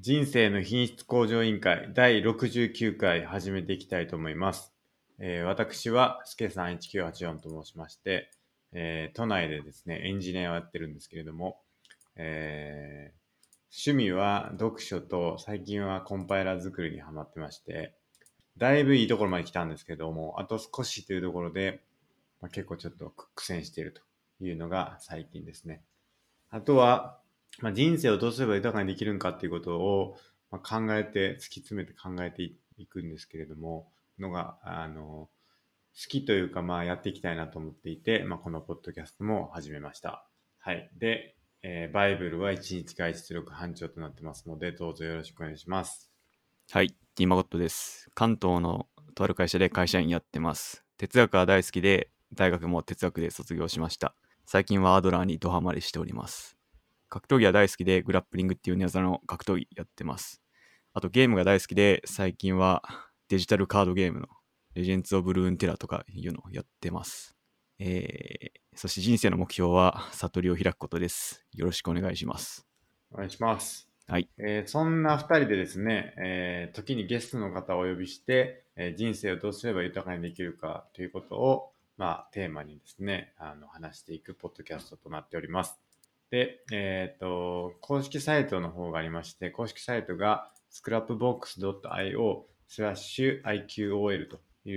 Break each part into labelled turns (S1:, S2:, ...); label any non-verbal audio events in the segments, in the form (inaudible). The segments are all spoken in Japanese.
S1: 人生の品質向上委員会第69回始めていきたいと思います。えー私は、すけさん1984と申しまして、えー都内でですね、エンジニアをやってるんですけれども、えー趣味は読書と最近はコンパイラー作りにハマってまして、だいぶいいところまで来たんですけども、あと少しというところで、まあ、結構ちょっと苦戦しているというのが最近ですね。あとは、まあ、人生をどうすれば豊かにできるのかっていうことを、まあ、考えて突き詰めて考えていいくんですけれどものがあの好きというか、まあ、やっていきたいなと思っていて、まあ、このポッドキャストも始めました。はい。で、えーバイブルは1日外出力班長となってますので、どうぞよろしくお願いします。
S2: はい、ディマゴットです。関東のとある会社で会社員やってます。哲学は大好きで、大学も哲学で卒業しました。最近はアドラーにドハマりしております。格闘技は大好きで、グラップリングっていう寝技の格闘技やってます。あとゲームが大好きで、最近はデジタルカードゲームのレジェンツ・オブ・ルーン・テラとかいうのをやってます。えー、そして人生の目標は悟りを開くことです。よろしくお願いします。
S1: お願いします。
S2: はい
S1: えーそんな2人でですね、えー時にゲストの方をお呼びして、えー人生をどうすれば豊かにできるかということを、まあ、テーマにですねあの話していくポッドキャストとなっております。で、えっと公式サイトの方がありまして公式サイトが scrapbox.io スラッシュ IQOL とい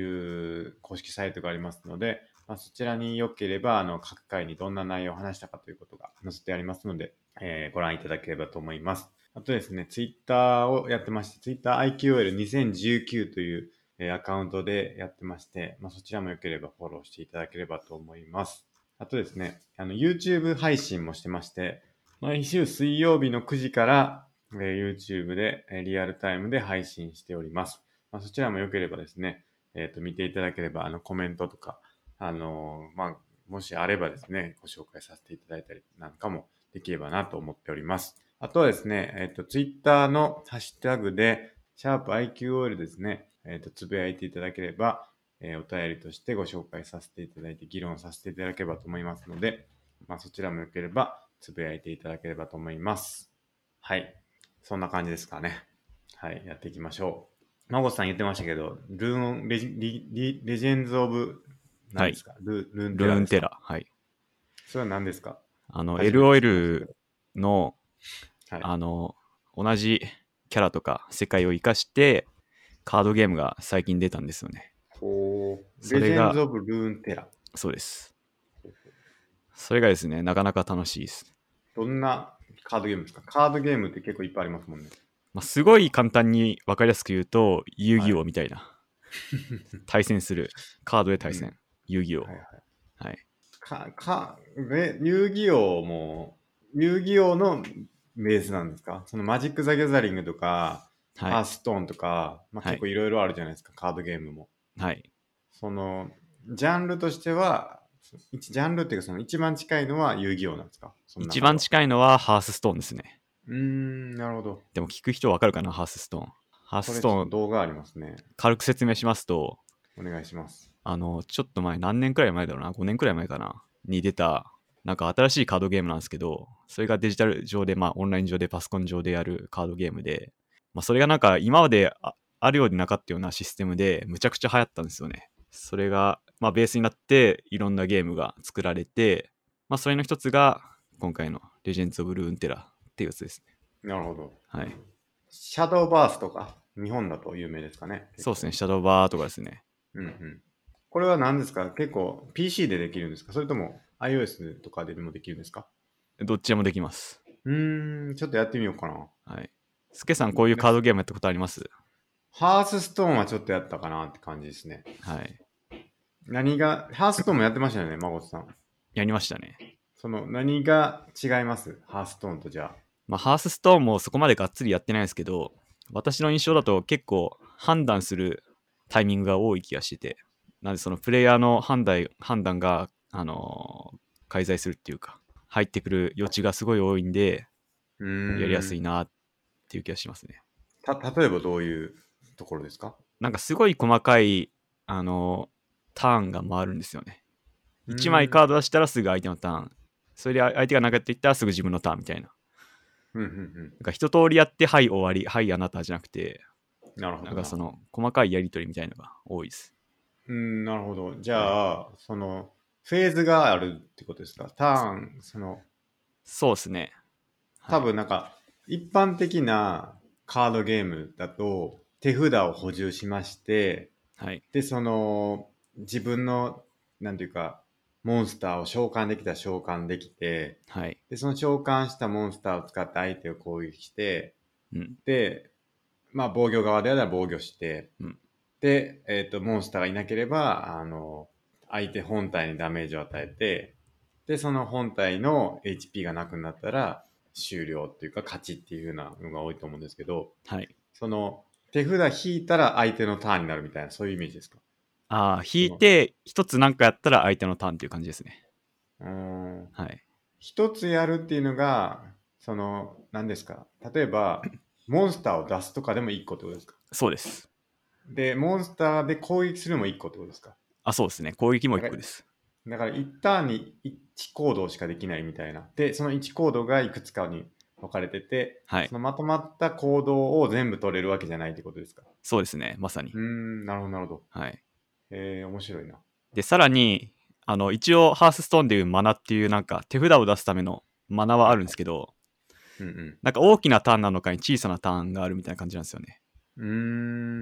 S1: う公式サイトがありますので、まあ、そちらによければあの各回にどんな内容を話したかということが載せてありますので、えーご覧いただければと思います。あとですね、ツイッターをやってまして、TwitterIQL2019 という、えーアカウントでやってまして、まあ、そちらもよければフォローしていただければと思います。あとですね、あの YouTube 配信もしてまして、毎週水曜日の9時から、えー YouTube で、えーリアルタイムで配信しております。まあ、そちらもよければですね、えっ、と、見ていただければ、あの、コメントとか、あのーまあ、もしあればですね、ご紹介させていただいたりなんかもできればなと思っております。あとはですね、えっ、と、ツイッターのハッシュタグで、シャープ i q o l ですね、えっ、と、つぶやいていただければ、えーお便りとしてご紹介させていただいて、議論させていただければと思いますので、まあ、そちらもよければ、つぶやいていただければと思います。はい。そんな感じですかね。はい。やっていきましょう。まごさん言ってましたけど、ルーン、レジリリレジェンズ・オブ、何ですか、ルルーンテ
S2: ル
S1: ラ
S2: ー
S1: ー
S2: ン・
S1: ですか
S2: テラ。はい。
S1: それは何ですか
S2: あの、
S1: 初めて聞
S2: LOL の、
S1: はい。
S2: あの、同じキャラとか世界を生かして、カードゲームが最近出たんですよね。
S1: こう、
S2: そ
S1: レジ
S2: れが
S1: ェンズ・オブ・ルーン・テラ。
S2: そうです。それがですね、なかなか楽しいです。
S1: どんなカードゲームですかカードゲームって結構いっぱいありますもんね。
S2: まあ、すごい簡単に分かりやすく言うと、遊戯王みたいな。対戦する。カードで対戦。
S1: う
S2: 遊戯王。
S1: はいはい。
S2: はい。
S1: か、か、え、遊戯王も、遊戯王のベースなんですかそのマジック・ザ・ギャザリングとか、ハ
S2: は
S1: ーストーンとか、まあ、
S2: はい
S1: 結構いろいろあるじゃないですか、カードゲームも。
S2: い。はい。
S1: その、ジャンルとしては、一ジャンルっていうか、その一番近いのは遊戯王なんですかその中
S2: 一
S1: で
S2: 番近いのはハースストーンですね。
S1: うーん、なるほど。
S2: でも聞く人分かるかな、ハースストーン。ハー
S1: こ
S2: ス
S1: れ
S2: ス
S1: ちょっと
S2: トーン、
S1: 動画ありますね。
S2: 軽く説明しますと、
S1: お願いします。
S2: あの、ちょっと前、何年くらい前だろうな、5年くらい前かな、に出た、なんか新しいカードゲームなんですけど、それがデジタル上で、まあオンライン上で、パソコン上でやるカードゲームで、まあそれがなんか今までああるようでなかったようなシステムで、むちゃくちゃ流行ったんですよね。それが、まあベースになって、いろんなゲームが作られて、まあそれの一つが、今回のレジェンズ・オブ・ルーンテラっていうやつですね。
S1: なるほど。
S2: はい。
S1: シャドーバースとか、日本だと有名ですかね。
S2: そうですね、シャドーバーとかですね。
S1: うんうん。これは何ですか結構 PC でできるんですかそれとも iOS とかでもできるんですか
S2: どっちでもできます。
S1: うーん、ちょっとやってみようかな。
S2: はい。スケさん、こういうカードゲームやったことあります
S1: ハースストーンはちょっとやったかなって感じですね。
S2: はい。
S1: 何が、ハースストーンもやってましたよね、まことさん。
S2: やりましたね。
S1: その、何が違いますハースストーンとじゃあ。
S2: まあ、ハースストーンもそこまでがっつりやってないんですけど、私の印象だと結構判断するタイミングが多い気がしてて、なんでそのプレイヤーの判断判断が、あのー介在するっていうか、入ってくる余地がすごい多いんで、
S1: うーん。
S2: やりやすいなっていう気がしますね。
S1: た。例えばどういうところですか
S2: なんかすごい細かい、あのーターンが回るんですよね。1枚カード出したらすぐ相手のターン、それで相手が投げていったらすぐ自分のターンみたいな。
S1: うんうん
S2: なんか一通りやって、はい、終わり、はい、あなたじゃなくて、
S1: うん。なるほど。
S2: なんかその、細かいやりとりみたいのが多いです。
S1: うん、なるほど。じゃあ、その、フェーズがあるってことですかターン、その、
S2: そうですね。はい
S1: 多分なんか、一般的なカードゲームだと、手札を補充しまして、
S2: はい。
S1: で、その、自分の、なんていうか、モンスターを召喚できたら召喚できて、
S2: はい。
S1: で、その召喚したモンスターを使って相手を攻撃して、
S2: うん。
S1: で、まあ、防御側であれば防御して、
S2: うん
S1: で、えっ、と、モンスターがいなければ、あの、相手本体にダメージを与えて、で、その本体の HP がなくなったら終了っていうか勝ちっていうようなのが多いと思うんですけど、
S2: はい。
S1: その、手札引いたら相手のターンになるみたいな、そういうイメージですか
S2: ああ、引いて、一つなんかやったら相手のターンっていう感じですね。
S1: うーん。
S2: はい。
S1: 一つやるっていうのが、その、何ですか例えば、モンスターを出すとかでも1個ってことですか
S2: そうです。
S1: で、モンスターで攻撃するのも1個ってことですか
S2: あ、そうですね。攻撃も一個です。
S1: だから1ターンに1行動しかできないみたいな。で、その1行動がいくつかに分かれてて、
S2: はい
S1: そ。のまとまった行動を全部取れるわけじゃないってことですか。
S2: そうですね。まさに
S1: うー。ん、なるほど、なるほど。
S2: はい。
S1: えー、面白いな。
S2: で、さらに、あの、一応、ハースストーンでいうマナっていう、なんか、手札を出すためのマナはあるんですけど、
S1: うん
S2: なんか大きなターンなのかに小さなターンがあるみたいな感じなんですよね。
S1: うん。う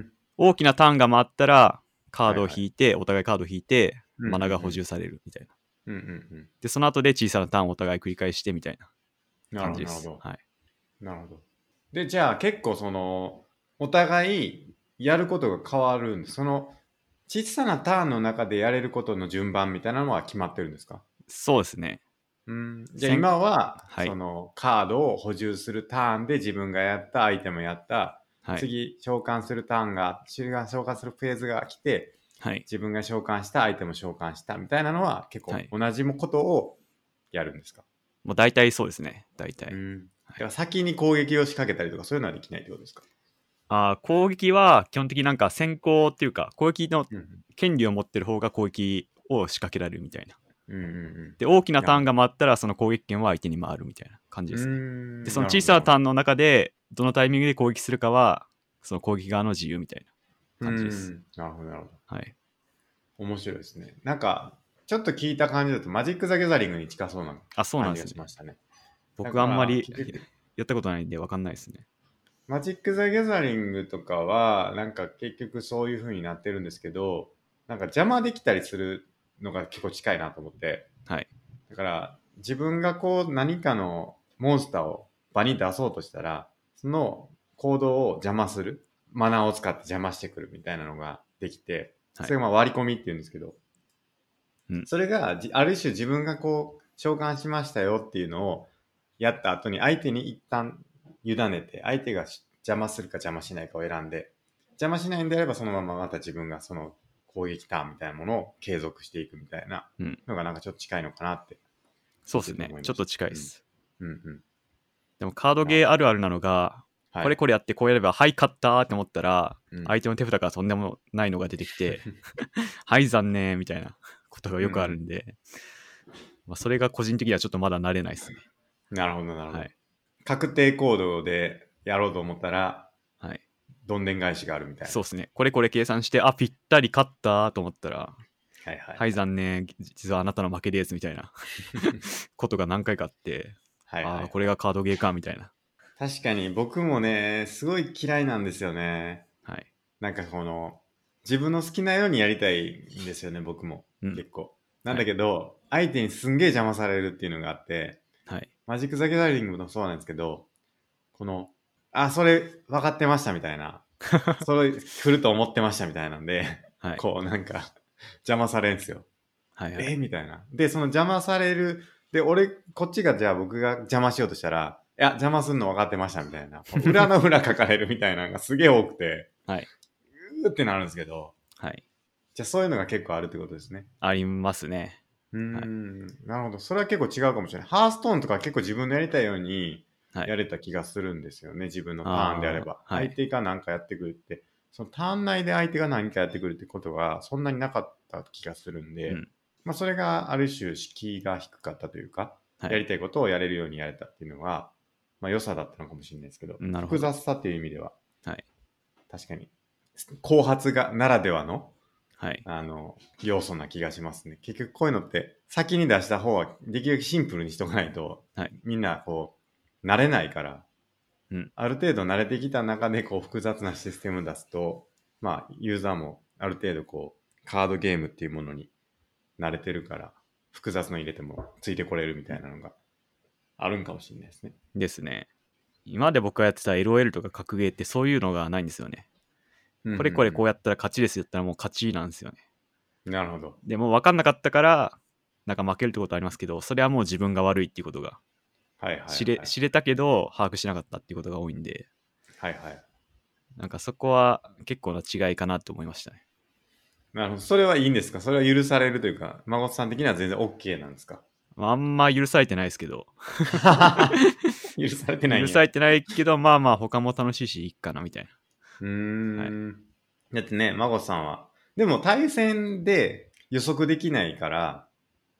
S1: ーん。
S2: 大きなターンが回ったら、カードを
S1: はいはい
S2: 引いて、お互いカードを引いて、
S1: うん
S2: マナが補充されるみたいな。
S1: うんうん
S2: で、その後で小さなターンをお互い繰り返してみたいな
S1: うん。なる
S2: 感
S1: ほ
S2: じ
S1: ど、
S2: で
S1: なるほど。
S2: す。はい。
S1: なるほど。で、じゃあ結構その、お互いやることが変わるんで、その、小さなターンの中でやれることの順番みたいなのは決まってるんですか
S2: そうですね。
S1: うん、じゃあ
S2: 先
S1: 今は、
S2: はい
S1: そのカードを補充するターンで自分がやったアイテムやった、
S2: はい。
S1: 次召喚するターンが召喚召喚するフェーズが来て
S2: はい。
S1: 自分が召喚したアイテムを召喚したみたいなのは結構
S2: はい
S1: 同じことをやるんですか、
S2: もう大体そうですね。大体。
S1: うん、だから先に攻撃を仕掛けたりとかそういうのはできないってことですか、
S2: あー攻撃は基本的になんか先行っていうか、攻撃の
S1: うん、
S2: 権利を持ってる方が攻撃を仕掛けられるみたいな。
S1: うんうん
S2: で、大きなターンが回ったら、その攻撃権は相手に回るみたいな感じ
S1: う
S2: ですね。
S1: ん
S2: で、その小さなター
S1: ン
S2: ンの中で、どのタイミングで攻撃するかは、その攻撃側の自由みたいな感じです。
S1: なるほどなるほど
S2: はい。
S1: 面白いですねなんかちょっと聞いた感じだとマジック・ザ・ギャザリングに近そうな
S2: あ、そうな
S1: 感
S2: ん
S1: じ
S2: で
S1: が
S2: す
S1: し
S2: ね
S1: ま。したねだか
S2: 僕
S1: ら
S2: あんまり
S1: 結局
S2: (laughs) やったことないんで分かんないですね。
S1: マジック・ザ・ギャザリングとかは、なんか結局そういう風になってるんですけど、なんか邪魔できたりするのが結構近いなと思って。
S2: はい。
S1: だから、自分がこう何かのモンスターを場に出そうとしたら、その行動を邪魔する。マナーを使って邪魔してくるみたいなのができて、
S2: はい
S1: それがまあ割り込みっていうんですけど、
S2: うん
S1: それがじある種自分がこう召喚しましたよっていうのをやった後に相手に一旦委ねて相手がし邪魔するか邪魔しないかを選んで邪魔しないんであればそのまままた自分がその攻撃ターンみたいなものを継続していくみたいな
S2: うん
S1: のがなんかちょっと近いのかなって。
S2: そうですね
S1: 思い。まし
S2: ちょ
S1: た
S2: っと近いです。
S1: うんうん。
S2: でもカードゲーあるあるなのが、
S1: はい、
S2: これこれやってこうやれば、はい、勝ったーって思ったら、
S1: うん
S2: 相手の手札からとんでもないのが出てき
S1: (laughs)
S2: て、はい、残念みたいなことがよくあるんで、まあ、それが個人的にはちょっとまだ慣れないですね。
S1: なるほどなるほど。
S2: はい。
S1: 確定行動でやろうと思ったら
S2: はい、
S1: どんでん返しがあるみたいな。
S2: そうですね。これこれ計算して、あ、ぴったり勝ったーと思ったら、
S1: はいはい。
S2: はい、残念、実はあなたの負けですみた
S1: (laughs)
S2: いなことが何回かあって、
S1: はい
S2: あ
S1: は
S2: あ、
S1: い
S2: これがカードゲーかみたいな。
S1: 確かに僕もね、すごい嫌いなんですよね。
S2: はい。
S1: なんかこの、自分の好きなようにやりたいんですよね、僕も。
S2: うん
S1: 結構。なんだけど、相手にすんげえ邪魔されるっていうのがあって、
S2: はい。
S1: マジック・ザ・ギャザリングもそうなんですけど、この、あ、それ分かってましたみたい
S2: (laughs)
S1: な。それ来ると思ってましたみたいなんで、
S2: はい。
S1: こうなんか、邪魔されるんですよ。
S2: はい、はい。
S1: えみたいな。で、その邪魔される。で、俺、こっちがじゃあ僕が邪魔しようとしたら、いや、邪魔すんの分かってましたみたいな。裏の裏書かれるみたいなのがすげえ多くて、
S2: (laughs) はい。
S1: うーってなるんですけど、
S2: はい。
S1: じゃあそういうのが結構あるってことですね。
S2: ありますね。
S1: うーん、なるほど。それは結構違うかもしれない。ハーストーンとか結構自分のやりたいように
S2: はい
S1: やれた気がするんですよね。自分のターンであれば。
S2: あーはい
S1: 相手が何かやってくるって、そのターン内で相手が何かやってくるってことがそんなになかった気がするんで、
S2: うん
S1: まあ、それがある種敷居が低かったというか、
S2: はい
S1: やりたいことをやれるようにやれたっていうのは、まあ、良さだったのかもしれないですけど、
S2: なるほ
S1: 複
S2: ど。
S1: 雑さっていう意味では、
S2: はい
S1: 確かに、後発がならではの
S2: はい。
S1: あの要素な気がしますね。結局こういうのって、先に出した方はできるだけシンプルにしとかないと、
S2: はい
S1: みんなこう、慣れないから、
S2: うん
S1: ある程度慣れてきた中でこう複雑なシステム出すと、まあ、ユーザーもある程度こう、カードゲームっていうものに慣れてるから、複雑の入れてもついてこれるみたいなのがあるんかもしれないですね。
S2: ですね。今まで僕がやってた LOL とか格ゲーってそういうのがないんですよね。これこれこう
S1: や
S2: やったら勝ちですよったらもう勝ちなんですよね。
S1: なるほど。
S2: でもう分かんなかったから、なんか負けるってことありますけど、それはもう自分が悪いっていうことが
S1: はいはい、はい。
S2: 知れ,、知れたけど把握しなかったっていうことが多いんで、
S1: はいはい。
S2: なんかそこは結構な違いかなと思いましたね。
S1: なるほど。それはいいんですかそれは許されるというか、孫さん的には全然 OK なんですか
S2: まあ、あんま許されてないですけど、
S1: (laughs) 許されてないんや
S2: 許されてないけど、まあまあ他も楽しいし、いっかなみたいな。
S1: うーん、だってね、孫さんは。でも対戦で予測できないから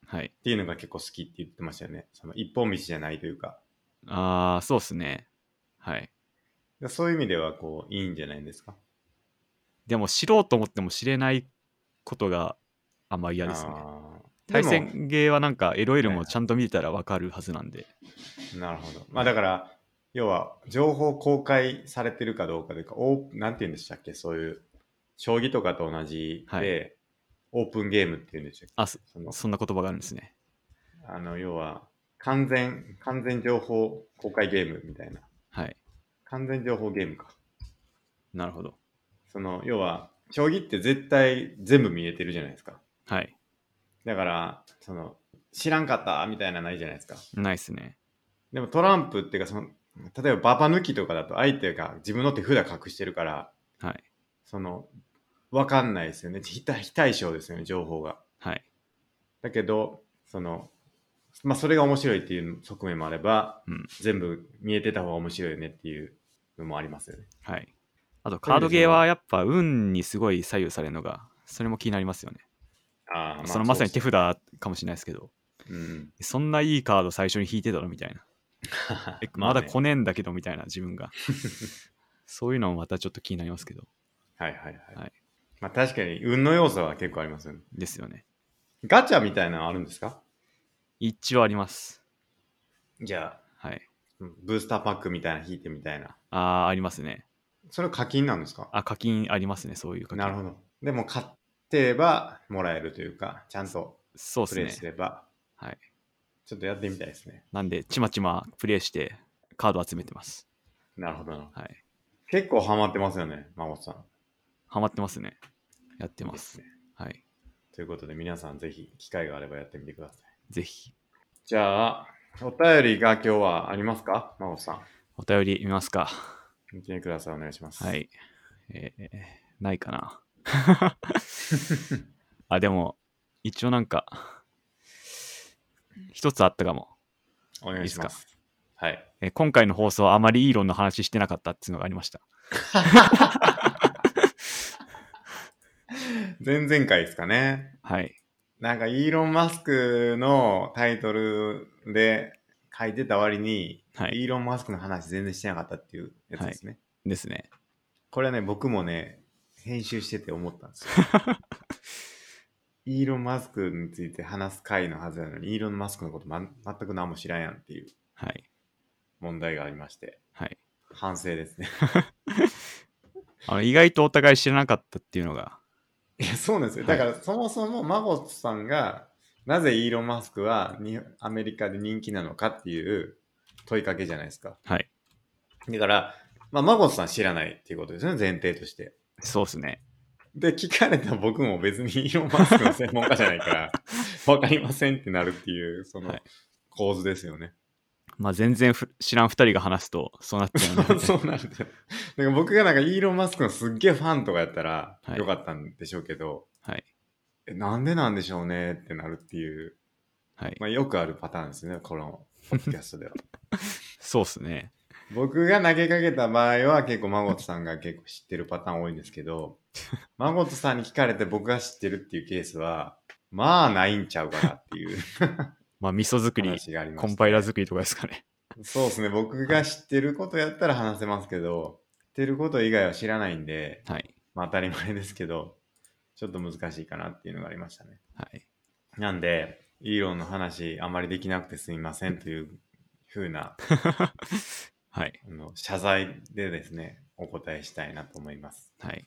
S2: はい。
S1: っていうのが結構好きって言ってましたよね。その一本道じゃないというか。
S2: ああ、そうっすね。はい。
S1: だそういう意味ではこう、いいんじゃないんですか
S2: でも知ろうと思っても知れないことがあんま嫌ですね。
S1: あー
S2: 対
S1: で
S2: 戦ゲーはなんかエロいル
S1: は
S2: も
S1: いはい
S2: ちゃんと見てたらわかるはずなんで。
S1: もなるほど。まあだから、要は情報公開されてるかどうかというか、オーなんて言うんでしたっけそういう、将棋とかと同じで、
S2: は
S1: オープンゲームっていうんでしたっけ
S2: あ、そ
S1: その
S2: そんな言葉があるんですね。
S1: あの、要は、完全、完全情報公開ゲームみたいな。
S2: はい。
S1: 完全情報ゲームか。
S2: なるほど。
S1: その、要は、将棋って絶対全部見えてるじゃないですか。
S2: はい。
S1: だから、その、知らんかったみたいなのないじゃないですか。
S2: ないっすね。
S1: でもトランプっていうか、その、例えばババ抜きとかだと相手が自分の手札隠してるから、
S2: はい。
S1: その、わかんないですよね。非対非対称ですよね、情報が。
S2: はい。
S1: だけど、その、まあ、それが面白いっていう側面もあれば、
S2: うん
S1: 全部見えてた方が面白いよねっていうのもありますよね。
S2: はい。あと、カードゲーはやっぱ運にすごい左右されるのが、それも気になりますよね。
S1: あ
S2: そのまさに手
S1: 札。
S2: 札かもしれないですけど、
S1: うん。
S2: そんないいカード最初に引いてたのみたいな。 (laughs) えまだ来ねえんだけどみたいな
S1: (laughs)
S2: 自分が。そういうのもまたちょっと気になりますけど。
S1: はいはいはい。
S2: はい
S1: まあ確かに運の要素は結構ありますよね。
S2: ですよね。
S1: ガチャみたいなのあるんですか
S2: 一応あります。
S1: じゃあ、
S2: はい。
S1: ブースターパックみたいなの引いてみたいな。
S2: ああ、ありますね。
S1: それ課金なんですか
S2: あ、課金ありますね。そういう課金。
S1: なるほど。でも買ってればもらえるというか、ちゃんと
S2: そう
S1: プレイ
S2: ですすね。
S1: れば、
S2: はい。
S1: ちょっとやってみたいですね。
S2: なんで、ちまちまプレイしてカード集めてます。
S1: なるほどな。
S2: はい。
S1: 結構ハマってますよね、孫さん。
S2: ハマってますね。やってま
S1: い
S2: す。
S1: いでね。
S2: はい。
S1: ということで皆さんぜひ機会があればやってみてください。
S2: ぜひ、
S1: じゃあ、お便りが今日はありますか孫さん。
S2: お便り見ますか。
S1: 見てください。お願いします。
S2: は。い。えーないかな。 (laughs) あ、でも、一応なんか、一つあったかも。
S1: お願いします。はい。
S2: えー今回の放送はあまりイーロンの話してなかったっていうのがありました。
S1: 前々回ですかね。
S2: はい。
S1: なんか、イーロン・マスクのタイトルで書いてた割に、
S2: はい。
S1: イーロン・マスクの話全然してなかったっていうやつですね。
S2: ですね。
S1: これはね、僕もね、編集してて思ったんですよ。イーロン・マスクについて話す回のはずなのに、イーロン・マスクのこと、ま、全く何も知らんやんっていう
S2: はい。
S1: 問題がありまして、
S2: はい。
S1: 反省ですね。
S2: あの意外とお互い知らなかったっていうのが、
S1: いや、そうなんですよ。
S2: は
S1: だ
S2: い
S1: から、そもそも、マゴさんが、なぜイーロン・マスクはにアメリカで人気なのかっていう問いかけじゃないですか。
S2: はい。
S1: だから、まあ、マゴさん知らないっていうことですね、前提として。
S2: そうですね。
S1: で、聞かれた僕も別にイーロン・マスクの専門家じゃないか
S2: (laughs)
S1: ら、わかりませんってなるっていう、その
S2: はい
S1: 構図ですよね。 (laughs)
S2: まあ全然ふ知らん2人が話すと、そうなっちゃうんで。
S1: (laughs) そうなるんだよ。だから僕がなんかイーロン・マスクのすっげえファンとかやったら
S2: はい
S1: よかったんでしょうけど、
S2: はい。
S1: えなんでなんでしょうねってなるっていう、
S2: はい。
S1: まあ、よくあるパターンですね、このポッドキャストでは。 (laughs)
S2: そうですね。
S1: 僕が投げかけた場合は結構マゴトさんが結構知ってるパターン多いんですけどマゴトさんに聞かれて僕が知ってるっていうケースはまあないんちゃうかなっていう
S2: まあ味噌作り、
S1: 話がありま
S2: コン
S1: す
S2: パイラー作りとかですかね。
S1: そうですね。僕が知ってることやったら話せますけど、知ってること以外は知らないんで、
S2: はい。
S1: まあ当たり前ですけど、ちょっと難しいかなっていうのがありましたね。
S2: はい。
S1: なんで、イーロンの話あまりできなくてすみませんというふうな
S2: はい。
S1: あの謝罪でですね、お答えしたいなと思います。
S2: はい。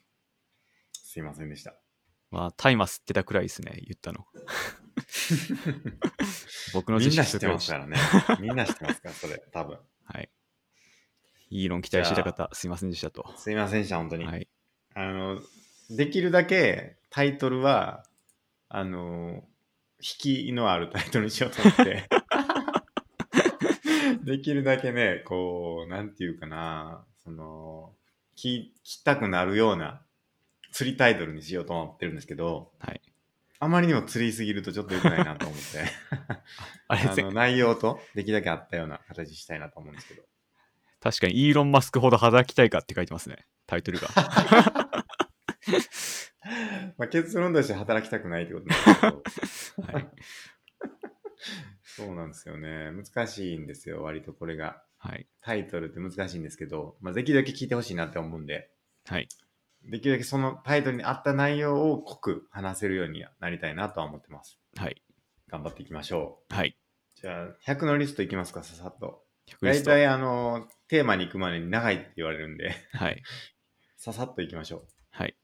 S1: すいませんでした。
S2: まあ、タイマー吸ってたくらいですね、言
S1: (laughs)
S2: ったの。僕の
S1: み
S2: 知
S1: ん
S2: 識
S1: な知
S2: と
S1: って
S2: 比べ
S1: ますからね。みんな知ってますから、それ、多分。
S2: はい。いい論期待してた方、すいませんでしたと。
S1: すいませんでした、本当に。
S2: はい。
S1: あの、できるだけタイトルは、あの、引きのあるタイトルにしようと思 (laughs) って。できるだけね、こう、なんていうかな、その、き切ったくなるような釣りタイトルにしようと思ってるんですけど、
S2: はい。
S1: あまりにも釣りすぎるとちょっと良くないなと思って。
S2: あれで
S1: あ
S2: すね
S1: の内容とできるだけあったような形にしたいなと思うんですけ
S2: (laughs)
S1: ど。
S2: 確かにイーロン・マスクほど働きたいかって書いてますね、タイトルが。
S1: まあ、結論として働きたくないってことなんですけど。
S2: はい。
S1: そうなんですよね。難しいんですよ、割とこれが。
S2: はい。
S1: タイトルって難しいんですけど、まあ、できるだけ聞いてほしいなって思うんで、
S2: はい。
S1: できるだけそのタイトルに合った内容を濃く話せるようになりたいなとは思ってます。
S2: はい。
S1: 頑張っていきましょ
S2: はい。
S1: う。じゃあ、100のリストいきますか、ささっと。
S2: 100リ
S1: 大
S2: スト。
S1: 体、あの、テーマに行くまでに長いって言われるんで、
S2: はい。
S1: ささっといきましょ
S2: はい。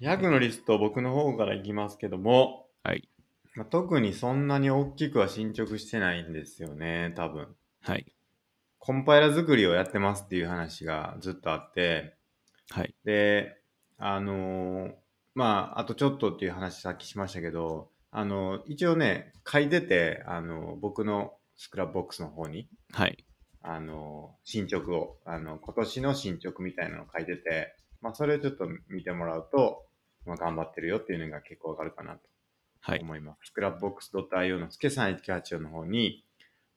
S1: う。100のリスト、僕の方からいきますけども、
S2: はい。
S1: まあ、特にそんなに大きくは進捗してないんですよね、多分。
S2: はい。
S1: コンパイラ作りをやってますっていう話がずっとあって、
S2: はい。
S1: で、あのーまあ、あとちょっとっていう話さっきしましたけど、あの一応ね、書いてて、あの僕のスクラップボックスの方に、
S2: はい。
S1: あの進捗を、あの今年の進捗みたいなのを書いてて、まあ、それをちょっと見てもらうと、まあ、頑張ってるよっていうのが結構わかるかなと
S2: はい。
S1: 思います。スクラップボックス .io のスケさん198の方に、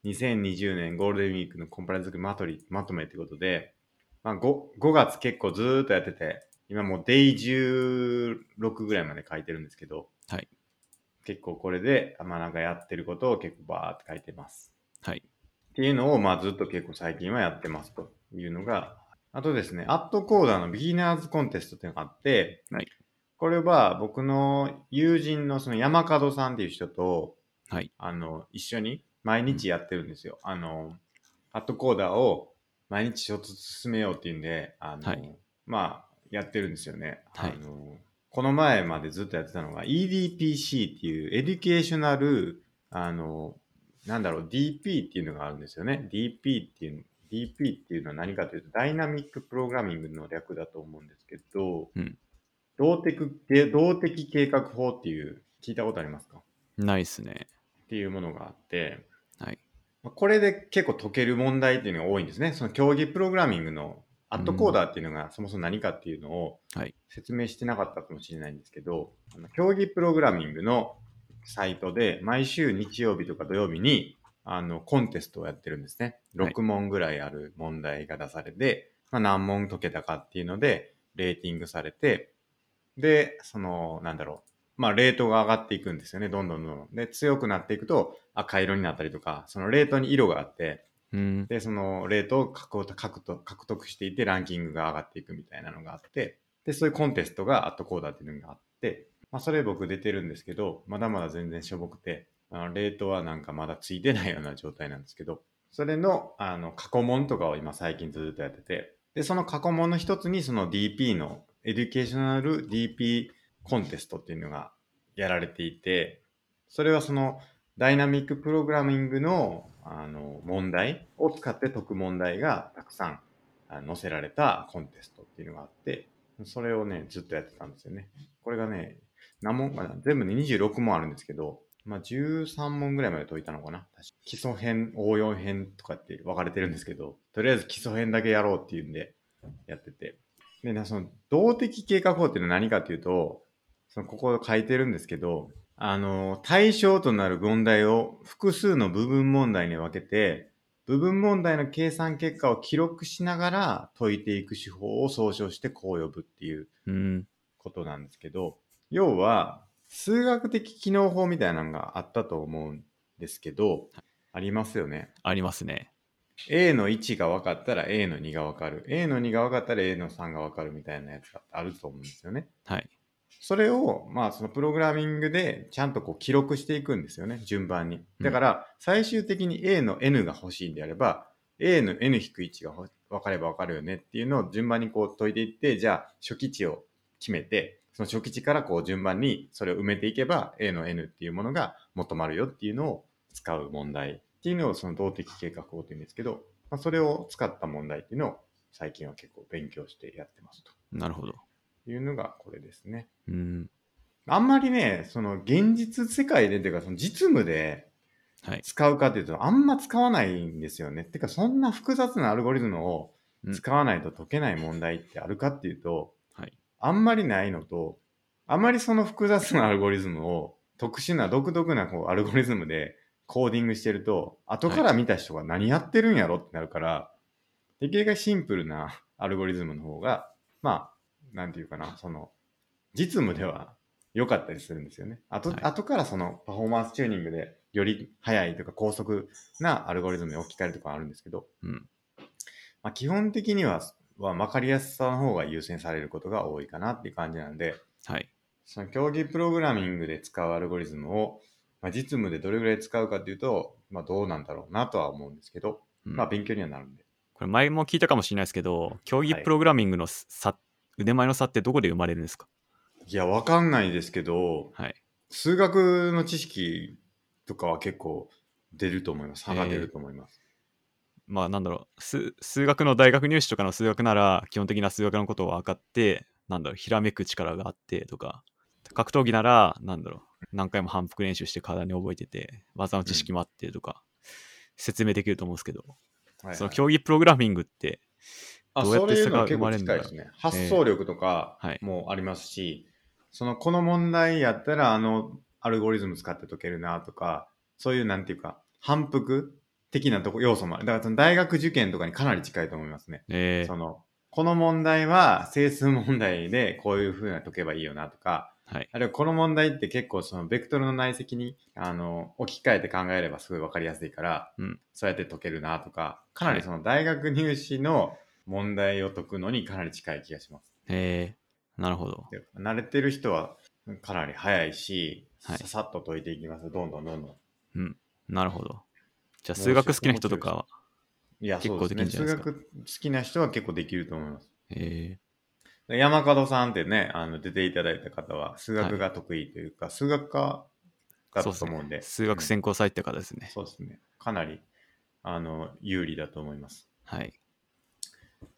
S1: 2020年ゴールデンウィークのコンプライアンス作りまとりまとめということで、まあ、5, 5月結構ずーっとやってて、今もうデイ16ぐらいまで書いてるんですけど、
S2: はい
S1: 結構これで、あまあ、なんかやってることを結構バーって書いてます。
S2: はい。
S1: っていうのを、まあ、ずっと結構最近はやってますというのが、あとですね、アットコーダーのビギナーズコンテストっていうのがあって、
S2: はい
S1: これは僕の友人のその山門さんっていう人と、
S2: はい
S1: あの、一緒に毎日やってるんですよ。あの、アットコーダーを毎日ちょっと進めようっていうんで、あの、
S2: はい
S1: まあ、やってるんですよね。
S2: はい
S1: あのこの前までずっとやってたのが EDPC っていうエデュケーショナル、あの、なんだろう、DP っていうのがあるんですよね。DP っていう、DP っていうのは何かというと、ダイナミックプログラミングの略だと思うんですけど、
S2: うん
S1: 動的、動的計画法っていう、聞いたことありますか
S2: ないっすね。
S1: っていうものがあって、
S2: はい。
S1: まあこれで結構解ける問題っていうのが多いんですね。その競技プログラミングのアットコーダーっていうのがそもそも何かっていうのを
S2: はい
S1: 説明してなかったかもしれないんですけど、あの競技プログラミングのサイトで毎週日曜日とか土曜日にあのコンテストをやってるんですね。
S2: はい
S1: 6問ぐらいある問題が出されて、まあ、何問解けたかっていうのでレーティングされて、で、その、なんだろう、まあ、レートが上がっていくんですよね、どんどんどんどん。で、強くなっていくと赤色になったりとか、そのレートに色があって、
S2: うん。
S1: で、そのレートを獲得獲得獲得していて、ランキングが上がっていくみたいなのがあって、で、そういうコンテストがアットコーダーっていうのがあって、まあ、それ僕出てるんですけど、まだまだ全然しょぼくて、あのレートはなんかまだついてないような状態なんですけど、それの、あの、過去問とかを今最近ずっとやってて、で、その過去問の一つに、その DP の、エデュケーショナル DP コンテストっていうのがやられていて、それはそのダイナミックプログラミングのあの問題を使って解く問題がたくさんあ載せられたコンテストっていうのがあって、それをね、ずっとやってたんですよね。これがね、何問かな全部で26問あるんですけど、まあ、13問ぐらいまで解いたのかな確か基礎編、応用編とかって分かれてるんですけど、とりあえず基礎編だけやろうっていうんでやってて。で、なその動的計画法っていうのは何かっていうと、そのここ書いてるんですけど、あの、対象となる問題を複数の部分問題に分けて、部分問題の計算結果を記録しながら解いていく手法を総称してこう呼ぶっていう
S2: うん。
S1: ことなんですけど、要は数学的機能法みたいなのがあったと思うんですけど、ありますよね。
S2: ありますね。
S1: A の1が分かったら A の2が分かる。A の2が分かったら A の3が分かるみたいなやつがあると思うんですよね。
S2: はい。
S1: それを、まあ、そのプログラミングでちゃんとこう記録していくんですよね、順番に。だから、最終的に A の N が欲しいんであれば、A の N-1 がほ分かれば分かるよねっていうのを順番にこう解いていって、じゃあ、初期値を決めて、その初期値からこう順番にそれを埋めていけば、A の N っていうものが求まるよっていうのを使う問題っていうのを、その動的計画法っていうんですけど、まあ、それを使った問題っていうのを最近は結構勉強してやってます
S2: なるほど。
S1: というのがこれですね。
S2: うん。
S1: あんまりね、その現実世界でっていうか、その実務で
S2: はい。
S1: 使うかっていうと、あんま使わないんですよね。てか、そんな複雑なアルゴリズムを使わないと解けない問題ってあるかっていうと、
S2: はい。
S1: あんまりないのと、あまりその複雑なアルゴリズムを特殊な独特なこうアルゴリズムでコーディングしてると、後から見た人が何やってるんやろってなるから、できるだけシンプルなアルゴリズムの方が、まあ、なんていうかな、その、実務では良かったりするんですよね。あと、
S2: はい
S1: 後からそのパフォーマンスチューニングでより速いとか高速なアルゴリズムに置き換えるとかあるんですけど、
S2: うん。
S1: まあ、基本的には、は分かりやすさの方が優先されることが多いかなっていう感じなので、
S2: はい。
S1: その競技プログラミングで使うアルゴリズムを、まあ、実務でどれぐらい使うかっていうと、まあ、どうなんだろうなとは思うんですけど、
S2: うん
S1: まあ、勉強にはなるんで。
S2: これ前も聞いたかもしれないですけど、競技
S1: はい
S2: プログラミングの差、腕前の差ってどこで生まれるんですか
S1: いや、わかんないですけど、
S2: はい。
S1: 数学の知識とかは結構出ると思います。差が出ると思います。
S2: まあなんだろう数、数学の大学入試とかの数学なら、基本的な数学のことを分かって、なんだろう、ひらめく力があってとか、格闘技なら、なんだろう、何回も反復練習して体に覚えてて、技の知識もあってとか、説明できると思うんですけど、
S1: はいはい
S2: その競技プログラミングって、
S1: あ
S2: どうやって
S1: そういう
S2: 差
S1: の
S2: が
S1: は
S2: 生
S1: 結
S2: ま
S1: 構
S2: れるんだ
S1: 近い
S2: ろ
S1: で
S2: う
S1: すね。発想力とか
S2: はい
S1: もありますし、そのこの問題やったらあのアルゴリズム使って解けるなとか、そういうなんていうか反復的なとこ要素もある。だからその大学受験とかにかなり近いと思いますね。
S2: えー
S1: そのこの問題は整数問題でこういう風な解けばいいよなとか、
S2: はい、
S1: あるいはこの問題って結構そのベクトルの内積にあの置き換えて考えればすごいわかりやすいから、
S2: うん
S1: そうやって解けるなとか、かなりその大学入試の問題を解くのにかなり近い気がします。
S2: えーなるほど。
S1: で慣れてる人はかなり早いし、
S2: はい
S1: ささっと解いていきます。どんどんどんどん。
S2: なるほど。じ
S1: 面
S2: ゃあ数
S1: 白い
S2: 学好きな人とかは、
S1: いや、
S2: 結
S1: そう
S2: 構
S1: ですね。
S2: できる
S1: 数
S2: んじゃないですか
S1: 学好きな人は結構できると思います。
S2: え
S1: 山門さんってね、あの出ていただいた方は、数学が得意というか、数学科だったと思うんで、
S2: ー数学専攻されって方ですね。
S1: そうですね。かなり、あの、有利だと思います。
S2: はい。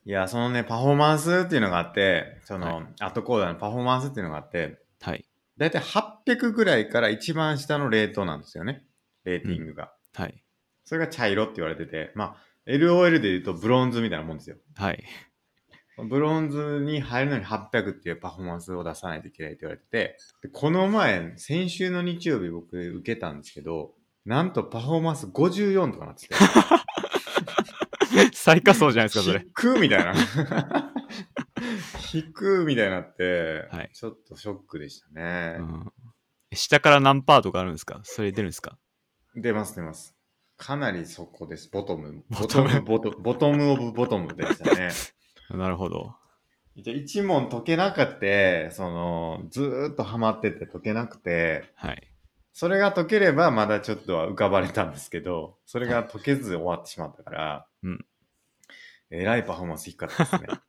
S1: いや、そのね、パフォーマンスっていうのがあって、その、
S2: は
S1: 後コーダーのパフォーマンスっていうのがあって、
S2: はい。
S1: だいたい800ぐらいから一番下のレートなんですよね。レーティングが。
S2: はい。
S1: それが茶色って言われてて、まあ、LOL で言うとブロンズみたいなもんですよ。 (laughs)
S2: はい。
S1: ブロンズに入るのに800っていうパフォーマンスを出さないといけないって言われてて、でこの前、先週の日曜日僕受けたんですけど、なんとパフォーマンス54とかなってて、
S2: 最下層じゃないですか、
S1: (laughs)
S2: それ。
S1: 低っみた
S2: (laughs)
S1: いな。低っみたいになって、
S2: はい
S1: ちょっとショックでしたね
S2: う。ん、下から何パーとかあるんですかそれ出るんですか
S1: 出ます出ます。かなりそこです。ボトム。
S2: ボトム
S1: ボトム、ボトムオブボトムでした
S2: (laughs)
S1: ね。
S2: なるほど。
S1: じゃあ一問解けなくて、その、ずーっとハマってて解けなくて、
S2: はい。
S1: それが解ければまだちょっとは浮かばれたんですけど、それが解けず終わってしまったから、
S2: うん
S1: えらいパフォーマンス低かったですね。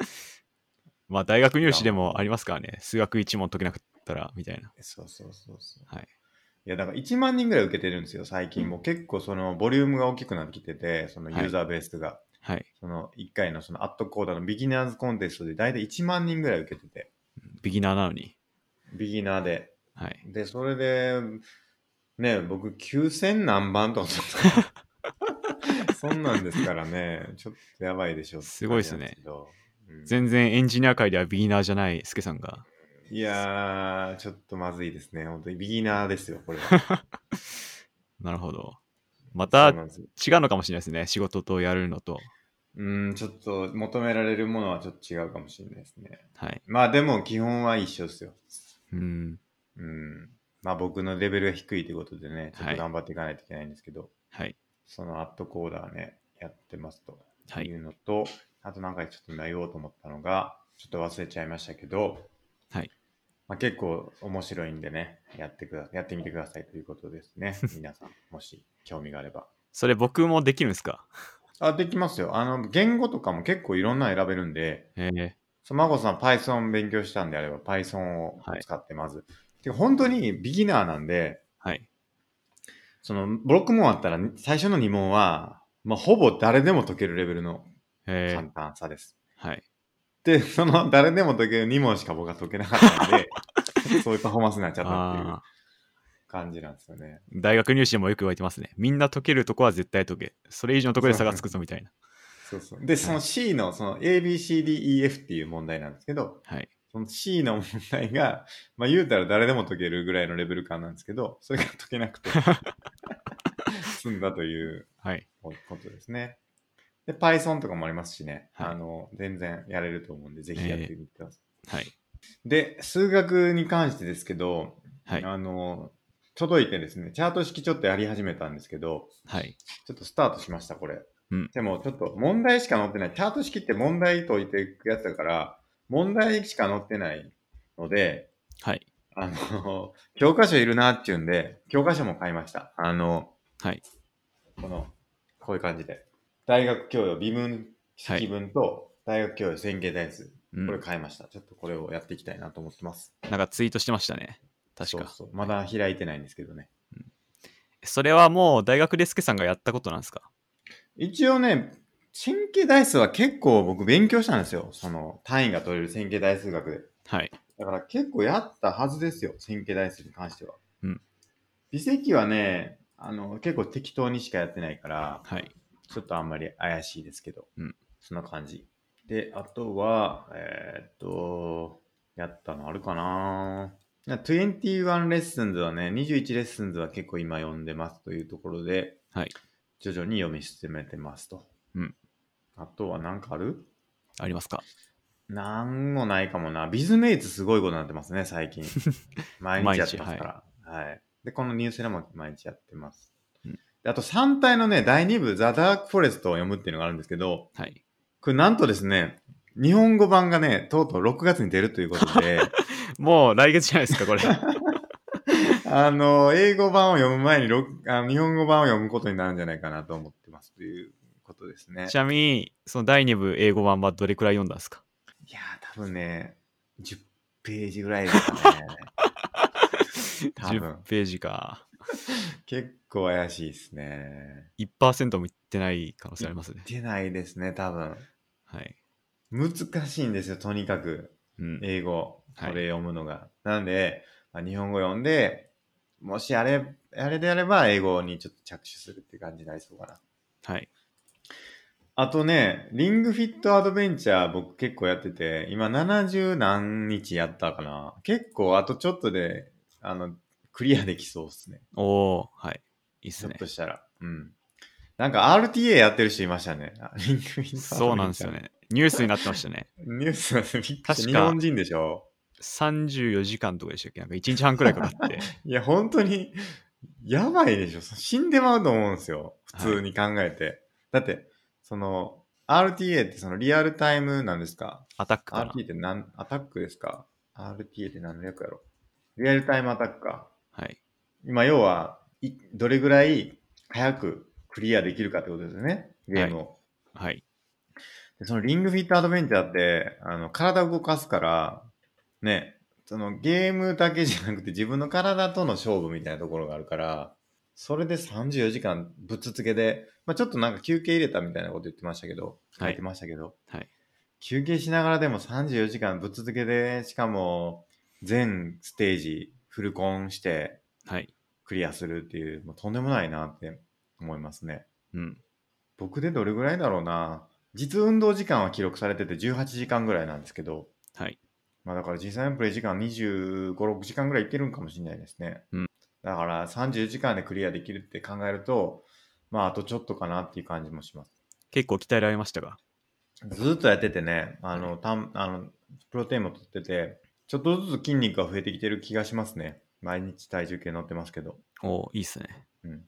S2: まあ、大学入試でもありますからね。数学1問解けなかったら、みたいな。
S1: そうそうそうそう。
S2: はい。
S1: いや、だから1万人ぐらい受けてるんですよ、最近。もう結構そのボリュームが大きくなってきてて、そのユーザーベースが。
S2: はい。
S1: その1回のそのアットコーダーのビギナーズコンテストで大体1万人ぐらい受けてて、
S2: ビギナーなのに。
S1: ビギナーで。
S2: はい。
S1: で、それで、ね、僕9000何番とかだった。
S2: (laughs)
S1: そんなんですからね、ちょっとやばいでしょうって
S2: すごいっす
S1: 感じなんで
S2: ね
S1: すけど。
S2: 全然エンジニア界ではビギナーじゃない、スケさんが。
S1: うんいやー、ちょっとまずいですね。本当にビギナーですよ、これ
S2: (laughs)
S1: は。
S2: なるほど。ま
S1: そ
S2: た
S1: う
S2: 違う
S1: なんです
S2: のかもしれないですね。仕事とやるのと。
S1: うん、ちょっと求められるものはちょっと違うかもしれないですね。
S2: はい。
S1: まあでも基本は一緒ですよ。
S2: うん。
S1: うん。まあ僕のレベルが低いということでね、ちょっ
S2: は
S1: と
S2: い
S1: 頑張っていかないといけないんですけど、
S2: はい。
S1: そのアットコーダーね、いやってますと
S2: はいい。
S1: うのと、あとなんかちょっと今言おうと思ったのが、ちょっと忘れちゃいましたけど、
S2: はい。
S1: まあ、結構面白いんでね、やってくだやってみてくださいということです
S2: (laughs)
S1: ね。皆さん、もし興味があれば。
S2: それ僕もできるんですか
S1: あ、できますよ。あの、言語とかも結構いろんなの選べるんで、
S2: ええ
S1: そうマコさん Python 勉強したんであれば Python を使ってまず。てか本当にビギナーなんで、
S2: はい。
S1: その6問あったら最初の2問は、まあ、ほぼ誰でも解けるレベルの
S2: え
S1: 簡
S2: え
S1: 単さです。
S2: はい。
S1: で、その誰でも解ける2問しか僕は解けなかったんで、 (laughs) そういうパフォーマンスになっちゃったっていう
S2: あ
S1: 感じなんですよね。
S2: ー大学入試でもよく言われてますね。みんな解けるとこは絶対解け。それ以上のとこで差がつくぞみたいな。
S1: そうそう。で、その C の、その ABCDEF っていう問題なんですけど、
S2: はい。
S1: その C の問題が、まあ言うたら誰でも解けるぐらいのレベル感なんですけど、それが解けなく
S2: (laughs)
S1: て、済んだという
S2: はい。
S1: ことですね。で、Python とかもありますしね、
S2: はい
S1: あの、全然やれると思うんで、ぜひやってみてください。
S2: はい。
S1: で、数学に関してですけど、
S2: はい。
S1: あの、届いてですね、チャート式ちょっとやり始めたんですけど、
S2: はい。
S1: ちょっとスタートしました、これ。
S2: うん
S1: でも、ちょっと問題しか載ってない。チャート式って問題解いていくやつだから、問題しか載ってないので、
S2: はい。
S1: あの、 (laughs) 教科書いるなっていうんで、教科書も買いました。あの、
S2: はい。
S1: この、こういう感じで。大学教養微分式分と、大学教養線形代数。
S2: うん
S1: これ買いました。ちょっとこれをやっていきたいなと思ってます。
S2: なんかツイートしてましたね。確か。
S1: そうそうまだ開いてないんですけどね。
S2: それはもう大学でスケさんがやったことなんですか
S1: 一応ね、線形代数は結構僕勉強したんですよ。その単位が取れる線形代数学で。
S2: はい。
S1: だから結構やったはずですよ。線形代数に関しては。
S2: うん。
S1: 微積はね、あの、結構適当にしかやってないから、
S2: はい。
S1: ちょっとあんまり怪しいですけど、
S2: うん
S1: そんな感じ。で、あとは、えーっと、やったのあるかないや21レッスンズはね、21レッスンズは結構今読んでますというところで、
S2: はい。
S1: 徐々に読み進めてますと。
S2: うん
S1: あとは何かある
S2: ありますか
S1: なんもないかもな。ビズメイツすごいことになってますね、最 (laughs) 近。毎日やってますから。はい、で、このニュースラも毎日やってます。
S2: うん
S1: であと3体のね、第2部、ザ・ダーク・フォレストを読むっていうのがあるんですけど、
S2: はい。
S1: これなんとですね、日本語版がね、とうとう6月に出るということ (laughs) で、
S2: もう来月じゃないですか、これ。
S1: あの、英語版を読む前にろあの日本語版を読むことになるんじゃないかなと思ってますということですね。
S2: ちなみに、その第2部英語版はどれくらい読んだんですか
S1: いやー、多分ね、10ページぐらいですか (laughs) ね。多分
S2: ?10 ページか。
S1: 結構怪しいですね。
S2: 1%もいってない可能性ありますね。
S1: 出ないですね、多分。
S2: はい。
S1: 難しいんですよ、とにかく。
S2: うん。
S1: 英語、こ
S2: はい
S1: れ読むのが。なんで、まあ、日本語読んで、もしあれ、あれであれば、英語にちょっと着手するって感じになりそうかな。
S2: はい。
S1: あとね、リングフィットアドベンチャー僕結構やってて、今70何日やったかな。結構あとちょっとで、あの、クリアできそうですね。
S2: おおはい。いいっ
S1: ち
S2: す
S1: ょっ
S2: ね
S1: と。したら。うん。なんか RTA やってる人いましたね。あリングフィットアドベンチャー。
S2: そうなんですよ。ね。ニュースになってましたね。
S1: ニュースなんですよびっくりした
S2: 確
S1: 日
S2: か
S1: 本人でしょ
S2: 34時間とかでしたっけなんか1日半くらいかか
S1: (laughs)
S2: って。
S1: いや、本当に、やばいでしょ。そ死んでまうと思うんですよ。普通に考えて。だって、その、RTA ってそのリアルタイムなんですか
S2: アタックかな
S1: ?RTA ってなん、アタックですか ?RTA って何の略やろリアルタイムアタックか。
S2: はい。
S1: 今、要は、いどれぐらい早くクリアできるかってことですよね。ゲームを。
S2: はい。
S1: でそのリングフィットアドベンチャーって、あの、体動かすから、ね、そのゲームだけじゃなくて自分の体との勝負みたいなところがあるから、それで34時間ぶっつつけで、まあちょっとなんか休憩入れたみたいなこと言ってましたけど、
S2: は
S1: 書
S2: い
S1: いてましたけど、
S2: はい
S1: 休憩しながらでも34時間ぶっつつけで、しかも全ステージフルコンして
S2: はい。
S1: クリアするっていう、もうとんでもないなって思いますね。
S2: うん。
S1: 僕でどれぐらいだろうな実運動時間は記録されてて18時間ぐらいなんですけど、
S2: はい。
S1: まあだから実際のプレイ時間25、6時間ぐらいいってるんかもしれないですね。
S2: うん
S1: だから30時間でクリアできるって考えると、まああとちょっとかなっていう感じもします。
S2: 結構鍛えられましたが。
S1: ずーっとやっててね、あの、たんあのプロテインも取ってて、ちょっとずつ筋肉が増えてきてる気がしますね。毎日体重計乗ってますけど。
S2: おおいいっすね。
S1: うん。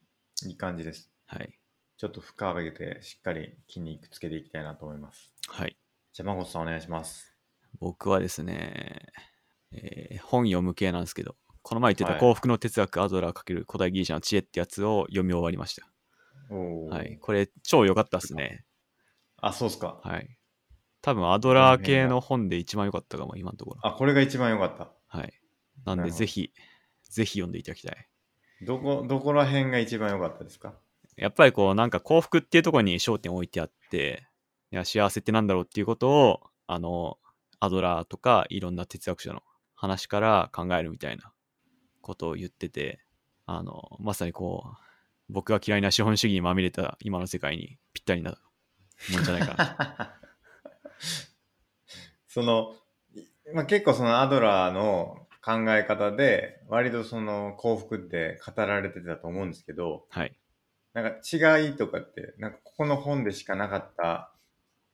S1: いい感じです。
S2: はい。
S1: ちょっと負荷をかけて、しっかり筋肉つけていきたいなと思います。
S2: はい。
S1: じゃあ、マゴスさんお願いします。
S2: 僕はですね、えー本読む系なんですけど、この前言って
S1: は
S2: た
S1: い
S2: 幸福の哲学アドラー×古代ギリシャの知恵ってやつを読み終わりました。
S1: おー
S2: はい。。これ、超良かったっすね。
S1: あ、そうっすか。
S2: はい。多分、アドラー系の本で一番良かったかも、今のところ。
S1: あ、これが一番良かった。
S2: はい。なん
S1: なる
S2: で、
S1: ほど
S2: ぜひ、ぜひ読んでいただきたい。
S1: どこ、どこら辺が一番良かった
S2: (laughs)
S1: ですか
S2: やっぱりこう、なんか幸福っていうところに焦点を置いてあって、いや、幸せってなんだろうっていうことを、あの、アドラーとか、いろんな哲学者の話から考えるみたいなことを言ってて、あの、まさにこう、僕が嫌いな資本主義にまみれた今の世界にぴったりなもんじゃないか (laughs) な。
S1: その、いまあ、結構そのアドラーの考え方で、割とその幸福って語られてたと思うんですけど、
S2: はい。
S1: なんか違いとかって、なんかここの本でしかなかった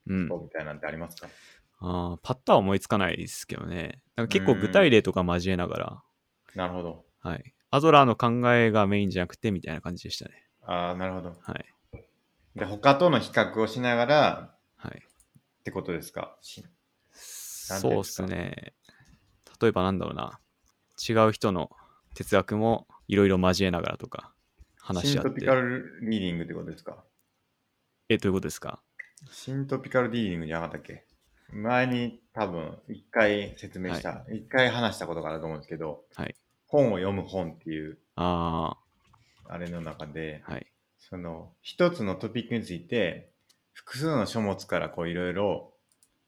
S2: うん。
S1: みたいなんてありますか、
S2: あーパッとは思いつかないですけどね。なんか結構具体例とか交えながら、
S1: なるほど。
S2: はい。アドラーの考えがメインじゃなくてみたいな感じでしたね。
S1: ああ、なるほど。
S2: はい。
S1: で、他との比較をしながら
S2: はい。
S1: ってことですかしなんていうう
S2: そ
S1: ん
S2: で
S1: です
S2: す
S1: か
S2: ね。例えばなんだろうな。違う人の哲学もいろいろ交えながらとか話
S1: シ
S2: し
S1: ン
S2: 合っ
S1: トピカ
S2: て。
S1: ルリーディングってことですか
S2: え、どういうことですか
S1: シントピカルディーリングじゃなかったっけ前に多分一回説明した、一、回話したことがあると思うんですけど、
S2: はい
S1: 本を読む本っていう
S2: あ
S1: あれの中で、
S2: あ、はい。
S1: その一つのトピックについて複数の書物からこういろいろ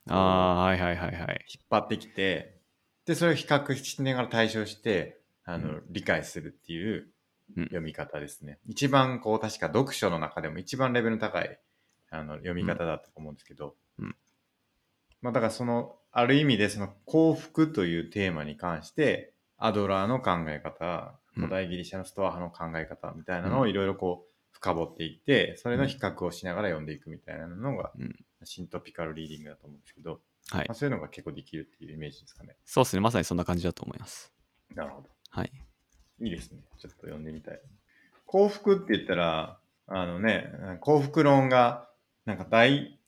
S2: ああ、はいはいはいはい。
S1: 引っ張ってきて、で、それを比較しながら対象して、あの、
S2: う
S1: 理解するっていう
S2: うん
S1: 読み方ですね。一番こう、確か読書の中でも一番レベルの高いあの読み方だったと思うんですけど、
S2: うん
S1: まあだからその、ある意味でその幸福というテーマに関して、アドラーの考え方、
S2: うん
S1: 古代ギリシャのストア派の考え方みたいなのをいろいろこう、深掘っていって、それの比較をしながら読んでいくみたいなのが、
S2: うん
S1: シントピカルリーディングだと思うんですけど、
S2: はい
S1: まあ、。そういうのが結構できるっていうイメージですかね。
S2: そうですね。まさにそんな感じだと思います。
S1: なるほど。
S2: はい。
S1: いいですね。ちょっと読んでみたい。幸福って言ったら、あのね、幸福論が、なんか大、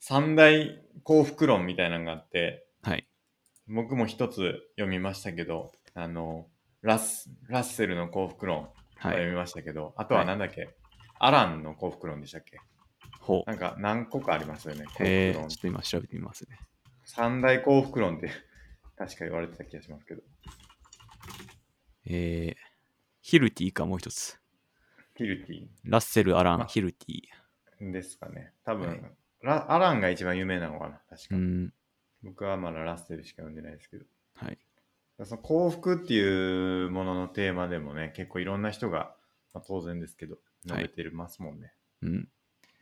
S1: 三大幸福論みたいなのがあって、
S2: はい。
S1: 僕も一つ読みましたけど、あの、ラス、ラッセルの幸福論は
S2: は
S1: 読
S2: い。
S1: みましたけど、あとはなんだっけ、アランの幸福論でしたっけ
S2: ほう
S1: な。んか何個かありますよね、幸
S2: え
S1: 福
S2: ー、
S1: 論
S2: ちょ。っと今調べてみますね。
S1: 三大幸福論って確か言われてた気がしますけど。
S2: えー、ヒルティかもう一つ。
S1: ティルティ
S2: ラッセル・アラ
S1: ま
S2: ン・ヒルティ。
S1: ですかね。多分、
S2: はい
S1: ラアランが一番有名なのかな、確か。
S2: うん。
S1: 僕はまだラッセルしか読んでないですけど。
S2: はい。
S1: その幸福っていうもののテーマでもね、結構いろんな人が、まあ、当然ですけど、述べてますもんね。
S2: うん。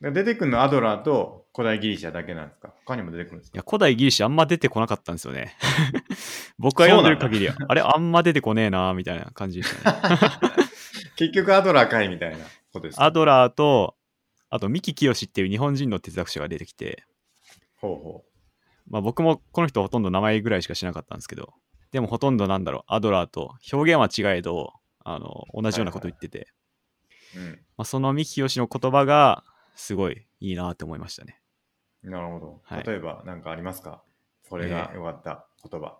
S1: で出てくるのはアドラーと古代ギリシャだけなんですか他にも出てくるんです
S2: い
S1: か
S2: や、古代ギリシャあんま出てこなかったんですよね。 (laughs) 僕が読んでる限りは、あれあんま出てこねえなみたいな感じでしたね。
S1: 結局アドラーかいみたいなことですか
S2: アドラーと、あと三木清っていう日本人の哲学者が出てきて、
S1: ほうほ
S2: まあ僕もこの人ほとんど名前ぐらいしか知らなかったんですけど、でもほとんどなんだろう、アドラーと表現は違えど、あの、同じようなこと言ってて、
S1: う。
S2: まあ、その三木清の言葉がすごいいいなって思いましたね。
S1: うん。なるほど。
S2: はい
S1: 例えば何かありますかこれが良かった言葉。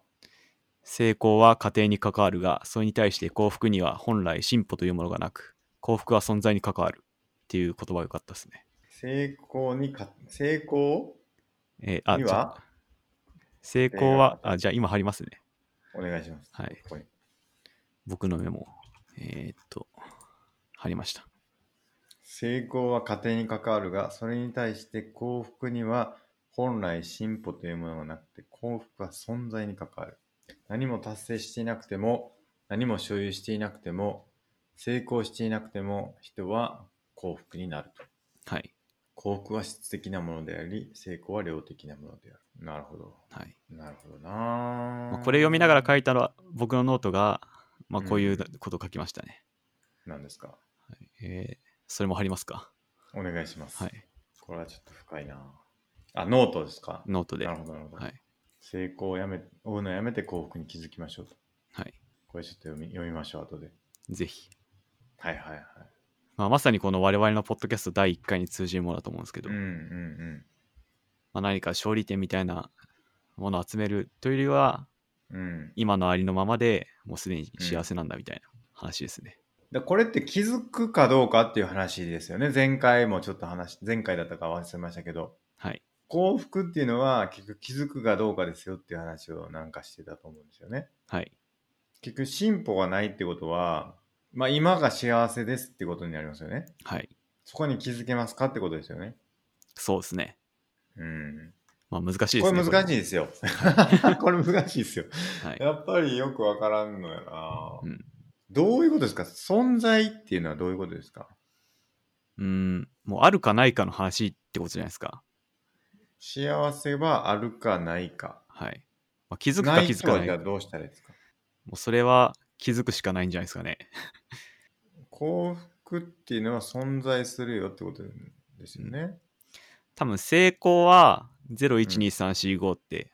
S2: 成功は過程に関わるが、それに対して幸福には本来進歩というものがなく、幸福は存在に関わるっていう言葉が良かったですね。
S1: 成功にか、成功
S2: えーあ、
S1: に
S2: じ
S1: は
S2: ゃあ成功は、あ、じゃあ今貼りますね。
S1: お願いします。
S2: はい
S1: ここに
S2: 僕のメモ。えーっと、貼りました。
S1: 成功は家庭に関わるが、それに対して幸福には本来進歩というものがなくて、幸福は存在に関わる。何も達成していなくても、何も所有していなくても、成功していなくても、人は幸福になると。
S2: はい。
S1: 幸福は質的なものであり、成功は量的なものである。なるほど。
S2: はい。
S1: なるほどな、
S2: まあ、これ読みながら書
S1: い
S2: いたら、僕のノートが、まあ、
S1: うん
S2: こういうことを書きましたね。
S1: なんですか
S2: はいえーそれも貼りますか。
S1: お願いします。
S2: はい。
S1: これはちょっと深いなあ、ノートですか
S2: ノートで。
S1: なる
S2: は
S1: ほど、なるほど。
S2: い。
S1: 成功をやめ、追うのやめて幸福に気づきましょうと。
S2: はい。
S1: これちょっと読み読みましょう、後で。
S2: ぜひ。
S1: はいはいはい。
S2: まあ、まさにこの我々のポッドキャスト第1回に通じるものだと思うんですけど、
S1: うんうん
S2: まあ、何か勝利点みたいなものを集めるというよりは
S1: うん。うん。
S2: 今のありのままでもうすでに幸せなんだみたいな話ですね。
S1: でこれって気づくかどうかっていう話ですよね。前回もちょっと話、前回だったか忘れましたけど、
S2: はい。
S1: 幸福っていうのは結局気づくかどうかですよっていう話をなんかしてたと思うんですよね。
S2: はい。
S1: 結局進歩がないってことは、まあ今が幸せですってことになりますよね。
S2: はい。
S1: そこに気づけますかってことですよね。
S2: そうですね。
S1: うん。
S2: まあ難しいで
S1: こ
S2: すね。
S1: れ難しい
S2: い。
S1: ですよ。 (laughs) これ難しいですよ。
S2: はい。
S1: やっぱりよくわからんのやな、
S2: うん
S1: どういうことですか存在っていうのはどういうことですか
S2: うん。もうあるかないかの話ってことじゃないですか。
S1: 幸せはあるかないか。
S2: はい。まあ、気づく
S1: な
S2: か
S1: い
S2: 気づかな
S1: 人は
S2: いか。
S1: じゃあ
S2: も
S1: どうしたらいいですか
S2: うそれは気づくしかないんじゃないですかね。
S1: 幸福っていうのは存在するよってことですよね。
S2: 多分成功は
S1: うん
S2: 0123455って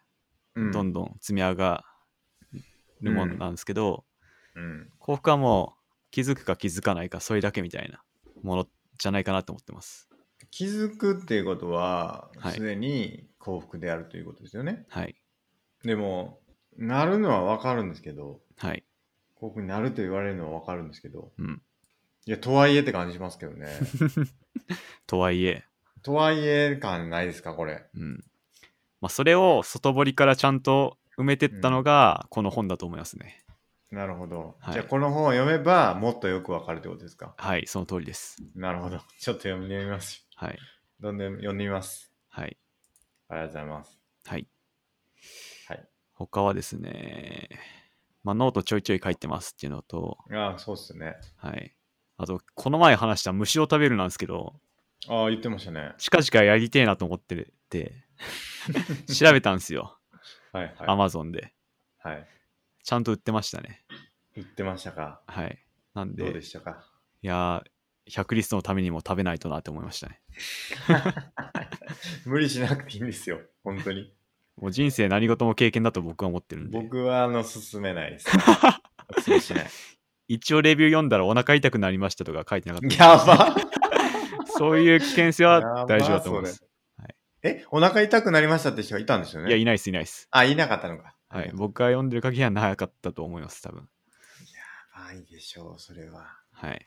S1: う
S2: どん
S1: ど
S2: どん積み上がるものなんですけど、
S1: ん。うん。
S2: 幸福はもう気づくか気づかないかそれだけみたいなものじゃないかなと思ってます。
S1: 気づくっていうことは
S2: はい
S1: すでに幸福であるということですよね。
S2: はい。
S1: でもなるのはわかるんですけど
S2: はい。
S1: 幸福になると言われるのはわかるんですけど
S2: うん。
S1: いやとはいえって感じしますけ
S2: (laughs)
S1: どね
S2: とはいえ、
S1: とはいえ感ないですかこれ
S2: うん。まあ、それを外堀からちゃんと埋めてったのがこの本だと思いますね。
S1: なるほど、
S2: はい
S1: じゃあこの本を読めばもっとよくわかるってことですか
S2: はい、その通りです。
S1: なるほど (laughs) ちょっと読んでみます
S2: はい。
S1: どんどん読んでみます
S2: はい。
S1: ありがとうございます
S2: はい。
S1: はい
S2: 他はですね、まあ、ノートちょいちょい書いてますっていうのと、
S1: ああそうっすね
S2: はい。あと、この前話した虫を食べるなんですけど、
S1: ああ言ってましたね
S2: 近々やりてえなと思って
S1: (laughs)
S2: て、調べたんですよ。
S1: はい
S2: Amazon
S1: は
S2: で。
S1: い、はい、
S2: ちゃんと売ってましたね。
S1: 言ってましたか
S2: はい。なん
S1: どう
S2: で、
S1: で
S2: い
S1: したか
S2: やー、100リストのためにも食べないとなって思いましたね。
S1: 無理しなくていいんですよ本当に
S2: もう人生何事も経験だと僕は思ってるんで。
S1: 僕はあの進めないです
S2: (laughs)
S1: お勧めしない
S2: 一応レビュー読んだらお腹痛くなりましたとか書いてなかった。
S1: やば
S2: そういう危険性は大丈夫だと思いま
S1: やば
S2: す。
S1: それ
S2: はい
S1: え、お腹痛くなりましたって人がいたんですよね
S2: いや、いないです、いないです。
S1: あ、いなかったのか。
S2: はい。
S1: や
S2: 僕が読んでる限りはなかったと思います、多分。
S1: ばいでしょう、それは。
S2: はい。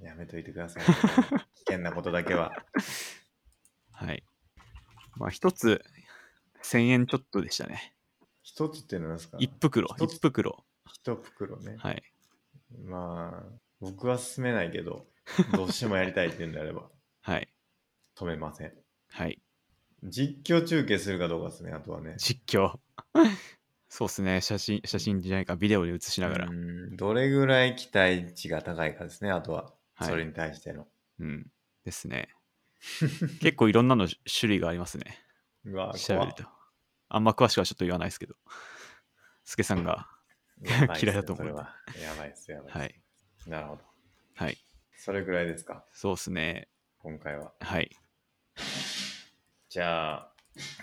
S1: やめといてくだ
S2: (laughs)
S1: さい。危険なことだけは。
S2: はい。まあ、一つ、1000円ちょっとでしたね。
S1: 一つっていうのは何ですか
S2: 一袋、
S1: 一つ
S2: 一袋。
S1: 一袋ね。
S2: はい。
S1: まあ、僕は進めないけど、どうしてもやりたいっていうんであれば、 (laughs)
S2: はい。
S1: 止めません。
S2: はい。
S1: 実況中継するかどうかですね、あとはね。
S2: 実況。 (laughs) そうですね。写真、写真じゃないか、ビデオで映しながら
S1: う。んどれぐらい期待値が高いかですね、あとは。
S2: はい
S1: それに対しての。
S2: うん。で
S1: (laughs)
S2: すね。結構いろんなの種類がありますね。
S1: うわ、
S2: 調
S1: 怖
S2: べると。あんま詳しくはちょっと言わないですけど。すけさんが。
S1: やばいっすね
S2: (laughs) 嫌いだと思
S1: そ
S2: う
S1: れは。やばいです、やばいっす。
S2: はい。
S1: なるほど。
S2: はい。
S1: それぐらいですか、
S2: そうですね。
S1: 今回は。
S2: はい。
S1: じゃあ、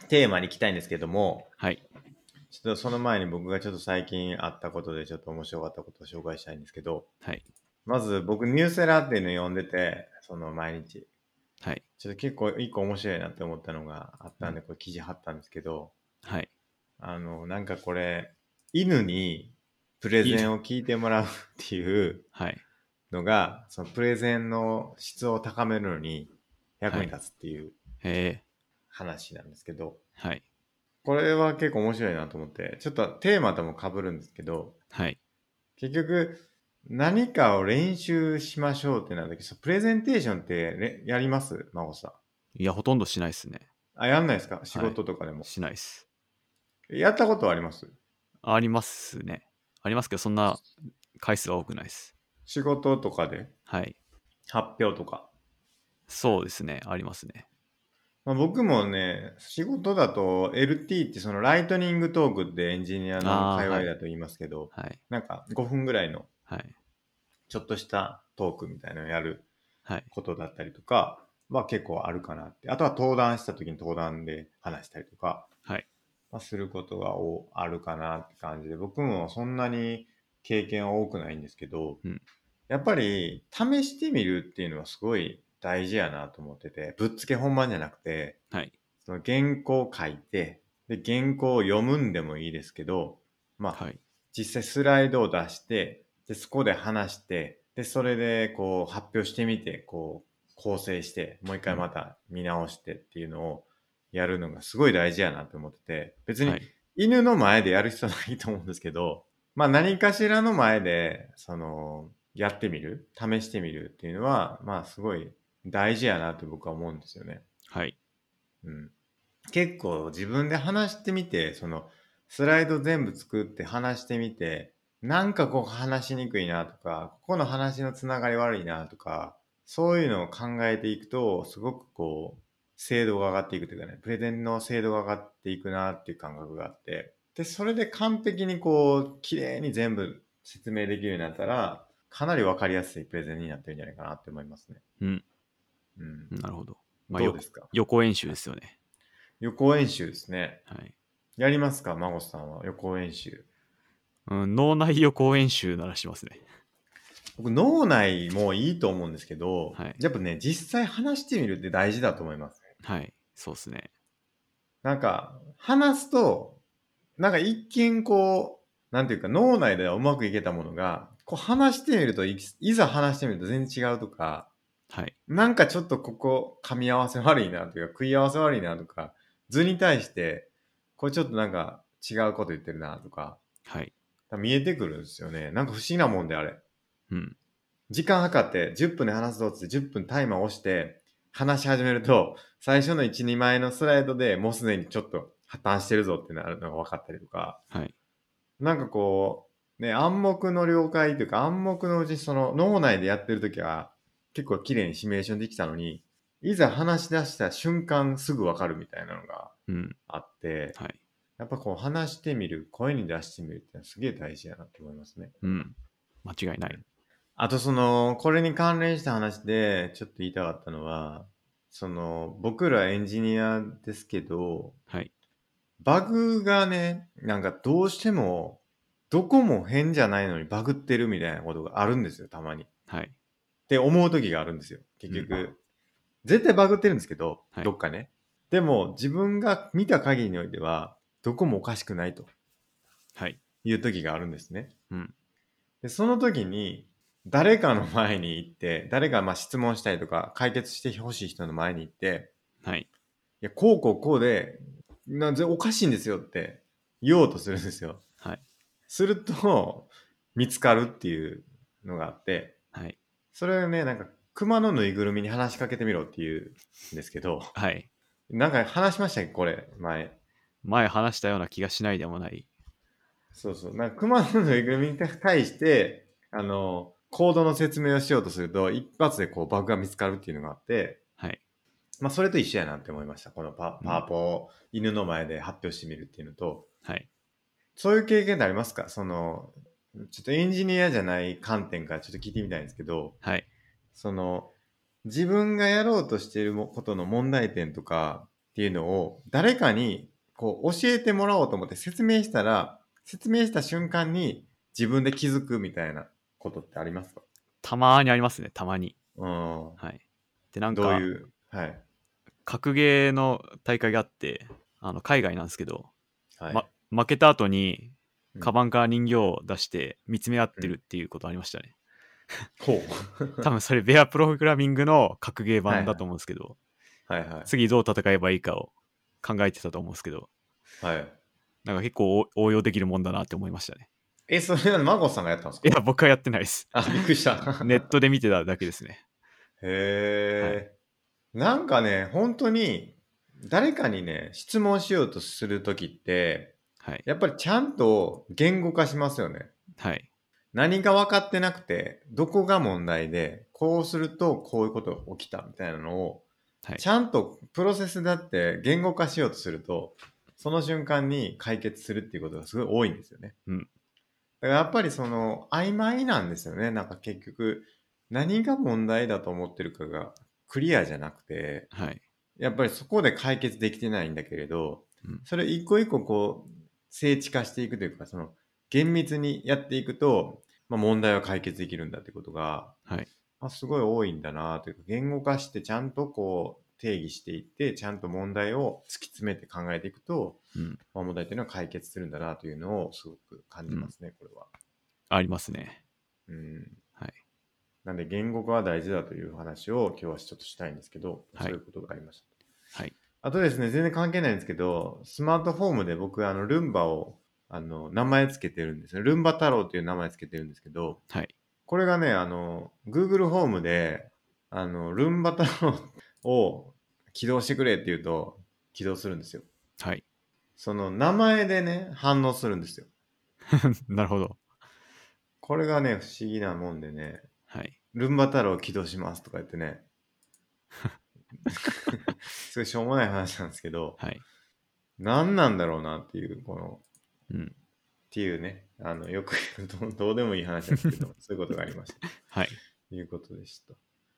S1: テーマに行きたいんですけども、
S2: はい。
S1: ちょっとその前に僕がちょっと最近あったことでちょっと面白かったことを紹介したいんですけど、
S2: はい。
S1: まず僕ニューセラーっていうのを読んでて、その毎日。
S2: はい。
S1: ちょっと結構一個面白いなって思ったのがあったんで、これ記事貼ったんですけど、
S2: はい。
S1: あの、なんかこれ、犬にプレゼンを聞いてもらうっていう
S2: はい。
S1: のが、そのプレゼンの質を高めるのに役に立つっていう
S2: え
S1: 話なんですけど、
S2: ー、はい。
S1: これは結構面白いなと思って、ちょっとテーマとも被るんですけど、
S2: はい。
S1: 結局、何かを練習しましょうってなるとき、そうプレゼンテーションってれやります真帆さん。
S2: いや、ほとんどしないですね。
S1: あ、やんないですか仕事とかでも、
S2: しないです。
S1: やったことはあります
S2: ありますね。ありますけど、そんな回数は多くないです。
S1: 仕事とかで
S2: はい。
S1: 発表とか。
S2: そうですね。ありますね。
S1: まあ、僕もね、仕事だと LT ってそのライトニングトークってエンジニアの
S2: あー
S1: 界
S2: は
S1: 隈
S2: い
S1: だと言いますけど、
S2: はい。
S1: なんか5分ぐらいの
S2: はい。
S1: ちょっとしたトークみたいなのをやる
S2: はい。
S1: ことだったりとかは結構あるかなって。あとは登壇した時に登壇で話したりとか、
S2: はい。
S1: まあ、することがおあるかなって感じで、僕もそんなに経験は多くないんですけど、
S2: うん
S1: やっぱり試してみるっていうのはすごい大事やなと思ってて、ぶっつけ本番じゃなくて、
S2: はい。
S1: その原稿を書いて、で、原稿を読むんでもいいですけど、まあ、
S2: はい。
S1: 実際スライドを出して、で、そこで話して、で、それでこう発表してみて、こう構成して、もう一回また見直してっていうのをやるのがすごい大事やなって思ってて、別
S2: は
S1: に
S2: い。
S1: 犬の前でやる必要ないと思うんですけど、まあ何かしらの前で、その、やってみる、試してみるっていうのは、まあすごい大事やなって僕は思うんですよね。
S2: はい。
S1: うん、結構自分で話してみてそのスライド全部作って話してみてなんかここ話しにくいなとかここの話のつながり悪いなとかそういうのを考えていくとすごくこう精度が上がっていくというかねプレゼンの精度が上がっていくなっていう感覚があってでそれで完璧にこう綺麗に全部説明できるようになったらかなり分かりやすいプレゼンになってるんじゃないかなって思いますね。
S2: うん。
S1: うん、
S2: なるほど。まあ、
S1: どう
S2: よ
S1: ですか
S2: 予行演習ですよね。
S1: 予行演習ですね。
S2: はい。
S1: やりますか、孫さんは予行演習。
S2: うん、脳内予行演習ならしますね。
S1: 僕、脳内もいいと思うんですけど、
S2: はい
S1: やっぱね、実際話してみるって大事だと思います。
S2: はい。そうですね。
S1: なんか、話すと、なんか一見こう、なんていうか、脳内ではうまくいけたものが、こう話してみるとい、いざ話してみると全然違うとか、
S2: はい。
S1: なんかちょっとここ噛み合わせ悪いなというか、食い合わせ悪いなとか、図に対して、これちょっとなんか違うこと言ってるなとか、
S2: はい。
S1: 見えてくるんですよね。なんか不思議なもんで、あれ。
S2: うん。
S1: 時間計って10分で話すぞっつって10分タイマー押して話し始めると最初の1、2枚のスライドでもうすでにちょっと破綻してるぞってなるのが分かったりとか、
S2: はい。
S1: なんかこう、ね、暗黙の了解というか暗黙のうちその脳内でやってる時は結構綺麗にシミュレーションできたのに、いざ話し出した瞬間すぐ分かるみたいなのが
S2: うん。
S1: あって、
S2: はい。
S1: やっぱこう話してみる、声に出してみるってのはすげえ大事やなって思いますね。
S2: うん。間違いない。
S1: あとその、これに関連した話でちょっと言いたかったのは、その、僕らエンジニアですけど、
S2: はい。
S1: バグがね、なんかどうしても、どこも変じゃないのにバグってるみたいなことがあるんですよ、たまに。っ
S2: はい。
S1: て思う時があるんですよ、結局。
S2: うん
S1: 絶対バグってるんですけど、
S2: はい
S1: どっかね。でも、自分が見た限りにおいては、どこもおかしくないと
S2: はい。
S1: いう時があるんですね。
S2: うん。
S1: で、その時に、誰かの前に行って、誰かまあ質問したりとか、解決してほしい人の前に行って、
S2: はい。
S1: いや、こうこうこうで、なんぜおかしいんですよって言おうとするんですよ。
S2: はい。
S1: すると、見つかるっていうのがあって、
S2: はい。
S1: それをね、なんか、熊のぬいぐるみに話しかけてみろっていうんですけど、
S2: はい。
S1: なんか話しましたっけこれ、前。
S2: 前話したような気がしないでもない。
S1: そうそう。なんか、熊のぬいぐるみに対して、あの、コードの説明をしようとすると、一発でこう、バグが見つかるっていうのがあって、
S2: はい。
S1: まあ、それと一緒やなって思いました。このパ
S2: うん
S1: パワポを犬の前で発表してみるっていうのと、
S2: はい。
S1: そういう経験ってありますかその、ちょっとエンジニアじゃない観点からちょっと聞いてみたいんですけど、
S2: はい。
S1: その、自分がやろうとしているもことの問題点とかっていうのを誰かにこう教えてもらおうと思って説明したら、説明した瞬間に自分で気づくみたいなことってありますか
S2: たまーにありますね。たまに。
S1: うん。
S2: はい。で、なん
S1: どう
S2: か、
S1: いう、はい。
S2: 格ゲーの大会があって、あの海外なんですけど、
S1: はい。
S2: ま、負けた後に
S1: うん
S2: カバンから人形を出して見つめ合ってるっていうことありましたね、
S1: ほう。
S2: 多分それベアプログラミングの格ゲー版だと思うんですけど、
S1: はいは
S2: 次どう戦えばいいかを考えてたと思うんですけど
S1: い。はい。
S2: なんか結構応応用できるもんだなって思いましたね (laughs)
S1: え、それはマゴさんがやったんですか
S2: いや僕はやってないです
S1: (laughs) あ、びっくりした。
S2: ネットで見てただけですね
S1: へえ、なんかね、本当に、誰かにね、質問しようとするときって、
S2: はい
S1: やっぱりちゃんと言語化しますよね。
S2: はい
S1: 何が分かってなくて、どこが問題で、こうするとこういうことが起きたみたいなのを、
S2: はい
S1: ちゃんとプロセスだって言語化しようとすると、その瞬間に解決するっていうことがすごい多いんですよね。
S2: うん
S1: だからやっぱりその曖昧なんですよね。なんか結局、何が問題だと思ってるかがクリアじゃなくて、
S2: はい
S1: やっぱりそこで解決できてないんだけれど
S2: うん、
S1: それを一個一個こう、精地化していくというか、その厳密にやっていくと、まあ、問題を解決できるんだってことが、
S2: はい
S1: あすごい多いんだなというか言語化してちゃんとこう定義していってちゃんと問題を突き詰めて考えていくと、
S2: うん、
S1: まあ、問題というのは解決するんだなというのをすごく感じますね、これは。
S2: ありますね。
S1: うん
S2: はい
S1: なんで言語化は大事だという話を今日はちょっとしたいんですけど、
S2: はい
S1: そういうことがありました。
S2: はい。
S1: あとですね、全然関係ないんですけど、スマートフォームで僕、あの、ルンバを、あの、名前つけてるんですね。ルンバ太郎という名前つけてるんですけど、
S2: はい。
S1: これがね、あの、Google ホームで、あの、ルンバ太郎を起動してくれって言うと、起動するんですよ。
S2: はい。 (laughs)
S1: その、名前でね、反応するんですよ。
S2: なるほど。
S1: これがね、不思議なもんでね、
S2: はい。
S1: ルンバ太郎起動しますとか言ってね、 (laughs) すごいしょうもない話なんですけど、
S2: はい。
S1: 何なんだろうなっていう、この、
S2: うん。
S1: っていうね、あの、よく言うどう、どうでもいい話なんですけ
S2: (laughs)
S1: ど、そういうことがありました。
S2: はい。
S1: ということでした。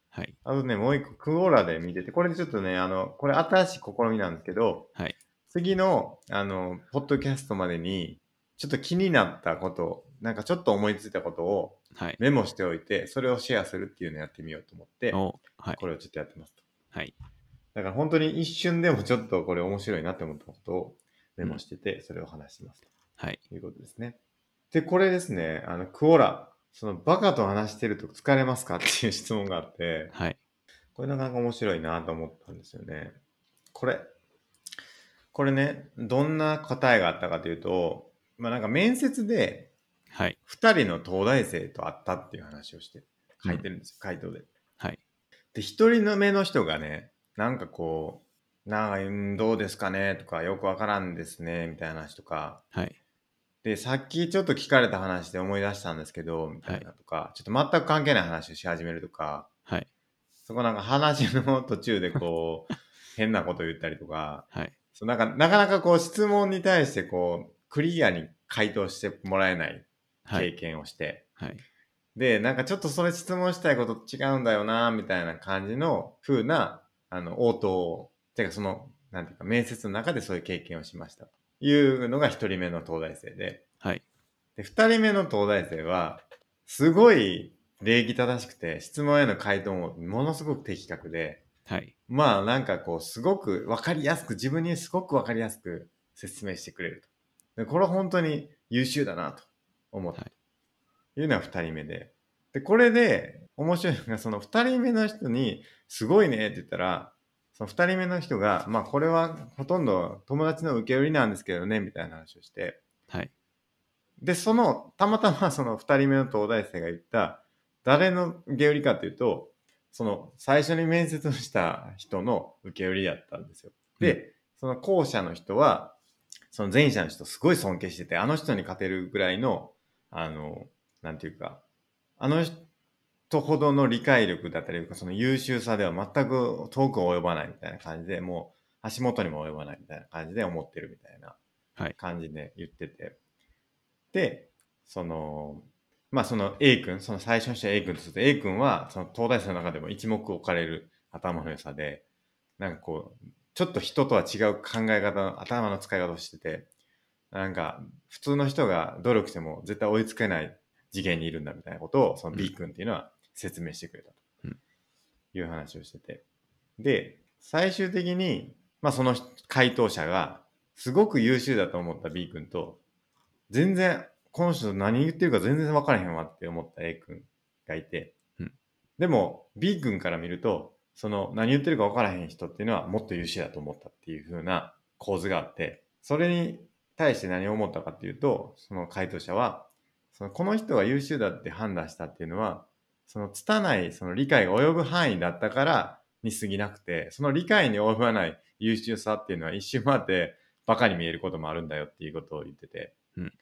S2: はい。
S1: あとね、もう一個、クオーラで見てて、これちょっとね、あの、これ新しい試みなんですけど、
S2: はい
S1: 次の、あの、ポッドキャストまでに、ちょっと気になったこと、なんかちょっと思いついたことを
S2: はい。
S1: メモしておいて、それをシェアするっていうのをやってみようと思って、
S2: おはい。
S1: これをちょっとやってますと。
S2: はい。
S1: だから本当に一瞬でもちょっとこれ面白いなって思ったことをメモしてて、それを話してますと。
S2: はい。
S1: ということですね。で、これですね、あの、クオラ、その、バカと話してると疲れますかっていう質問があって、
S2: はい。
S1: これなかなか面白いなと思ったんですよね。これ、これね、どんな答えがあったかというと、まあなんか面接で
S2: はい。
S1: 2人の東大生と会ったっていう話をして書いてるんですよ、回答で。
S2: はい。
S1: で、一人の目の人がね、なんかこう、なんかうんどうですかねとか、よくわからんですね、みたいな話とか、
S2: はい。
S1: で、さっきちょっと聞かれた話で思い出したんですけど、みたいなとか、ちょっと全く関係ない話をし始めるとか、
S2: はい。
S1: そこなんか話の途中で
S2: (laughs)
S1: こう、変なこと言ったりとか、
S2: はい。
S1: そうなんかなかなかこう質問に対してこう、クリアに回答してもらえない
S2: は
S1: 経
S2: い。
S1: 験をして、
S2: はい。
S1: で、なんかちょっとそれ質問したいことと違うんだよな、みたいな感じの風な、あの、応答を、てかその、なんていうか、面接の中でそういう経験をしました。というのが一人目の東大生で、
S2: はい。
S1: で、二人目の東大生は、すごい礼儀正しくて、質問への回答もものすごく的確で、
S2: はい。
S1: まあなんかこう、すごくわかりやすく、自分にすごくわかりやすく説明してくれると。で、これ本当に優秀だなと思った。、
S2: はい
S1: うのは二人目で。で、これで面白いのが、その二人目の人に、すごいねって言ったら、その二人目の人が、まあこれはほとんど友達の受け売りなんですけどね、みたいな話をして、
S2: はい。
S1: で、その、たまたまその二人目の東大生が言った、誰の受け売りかというと、その、最初に面接をした人の受け売りだったんですよ。で、
S2: う
S1: その後者の人は、その前者の人すごい尊敬してて、あの人に勝てるぐらいの、あの、なんていうか、あの人ほどの理解力だったりとか、その優秀さでは全く遠く及ばないみたいな感じで、もう足元にも及ばないみたいな感じで思ってるみたいな
S2: はい
S1: 感じで言ってて。で、その、まあその A 君、その最初にした A 君とすると A 君は、その東大生の中でも一目置かれる頭の良さで、なんかこう、ちょっと人とは違う考え方の、頭の使い方をしてて、なんか、普通の人が努力しても絶対追いつけない次元にいるんだみたいなことを、その B 君っていうのは説明してくれたと
S2: うん
S1: いう話をしてて。で、最終的に、まあその人回答者が、すごく優秀だと思った B 君と、全然、この人何言ってるか全然分からへんわって思った A 君がいて、
S2: うん
S1: でも B 君から見ると、その何言ってるか分からへん人っていうのはもっと優秀だと思ったっていう風な構図があって、それに対して何を思ったかっていうと、その回答者は、そのこの人が優秀だって判断したっていうのは、その拙いその理解が及ぶ範囲だったからに過ぎなくて、その理解に及ばない優秀さっていうのは一瞬回ってバカに見えることもあるんだよっていうことを言ってて、
S2: うん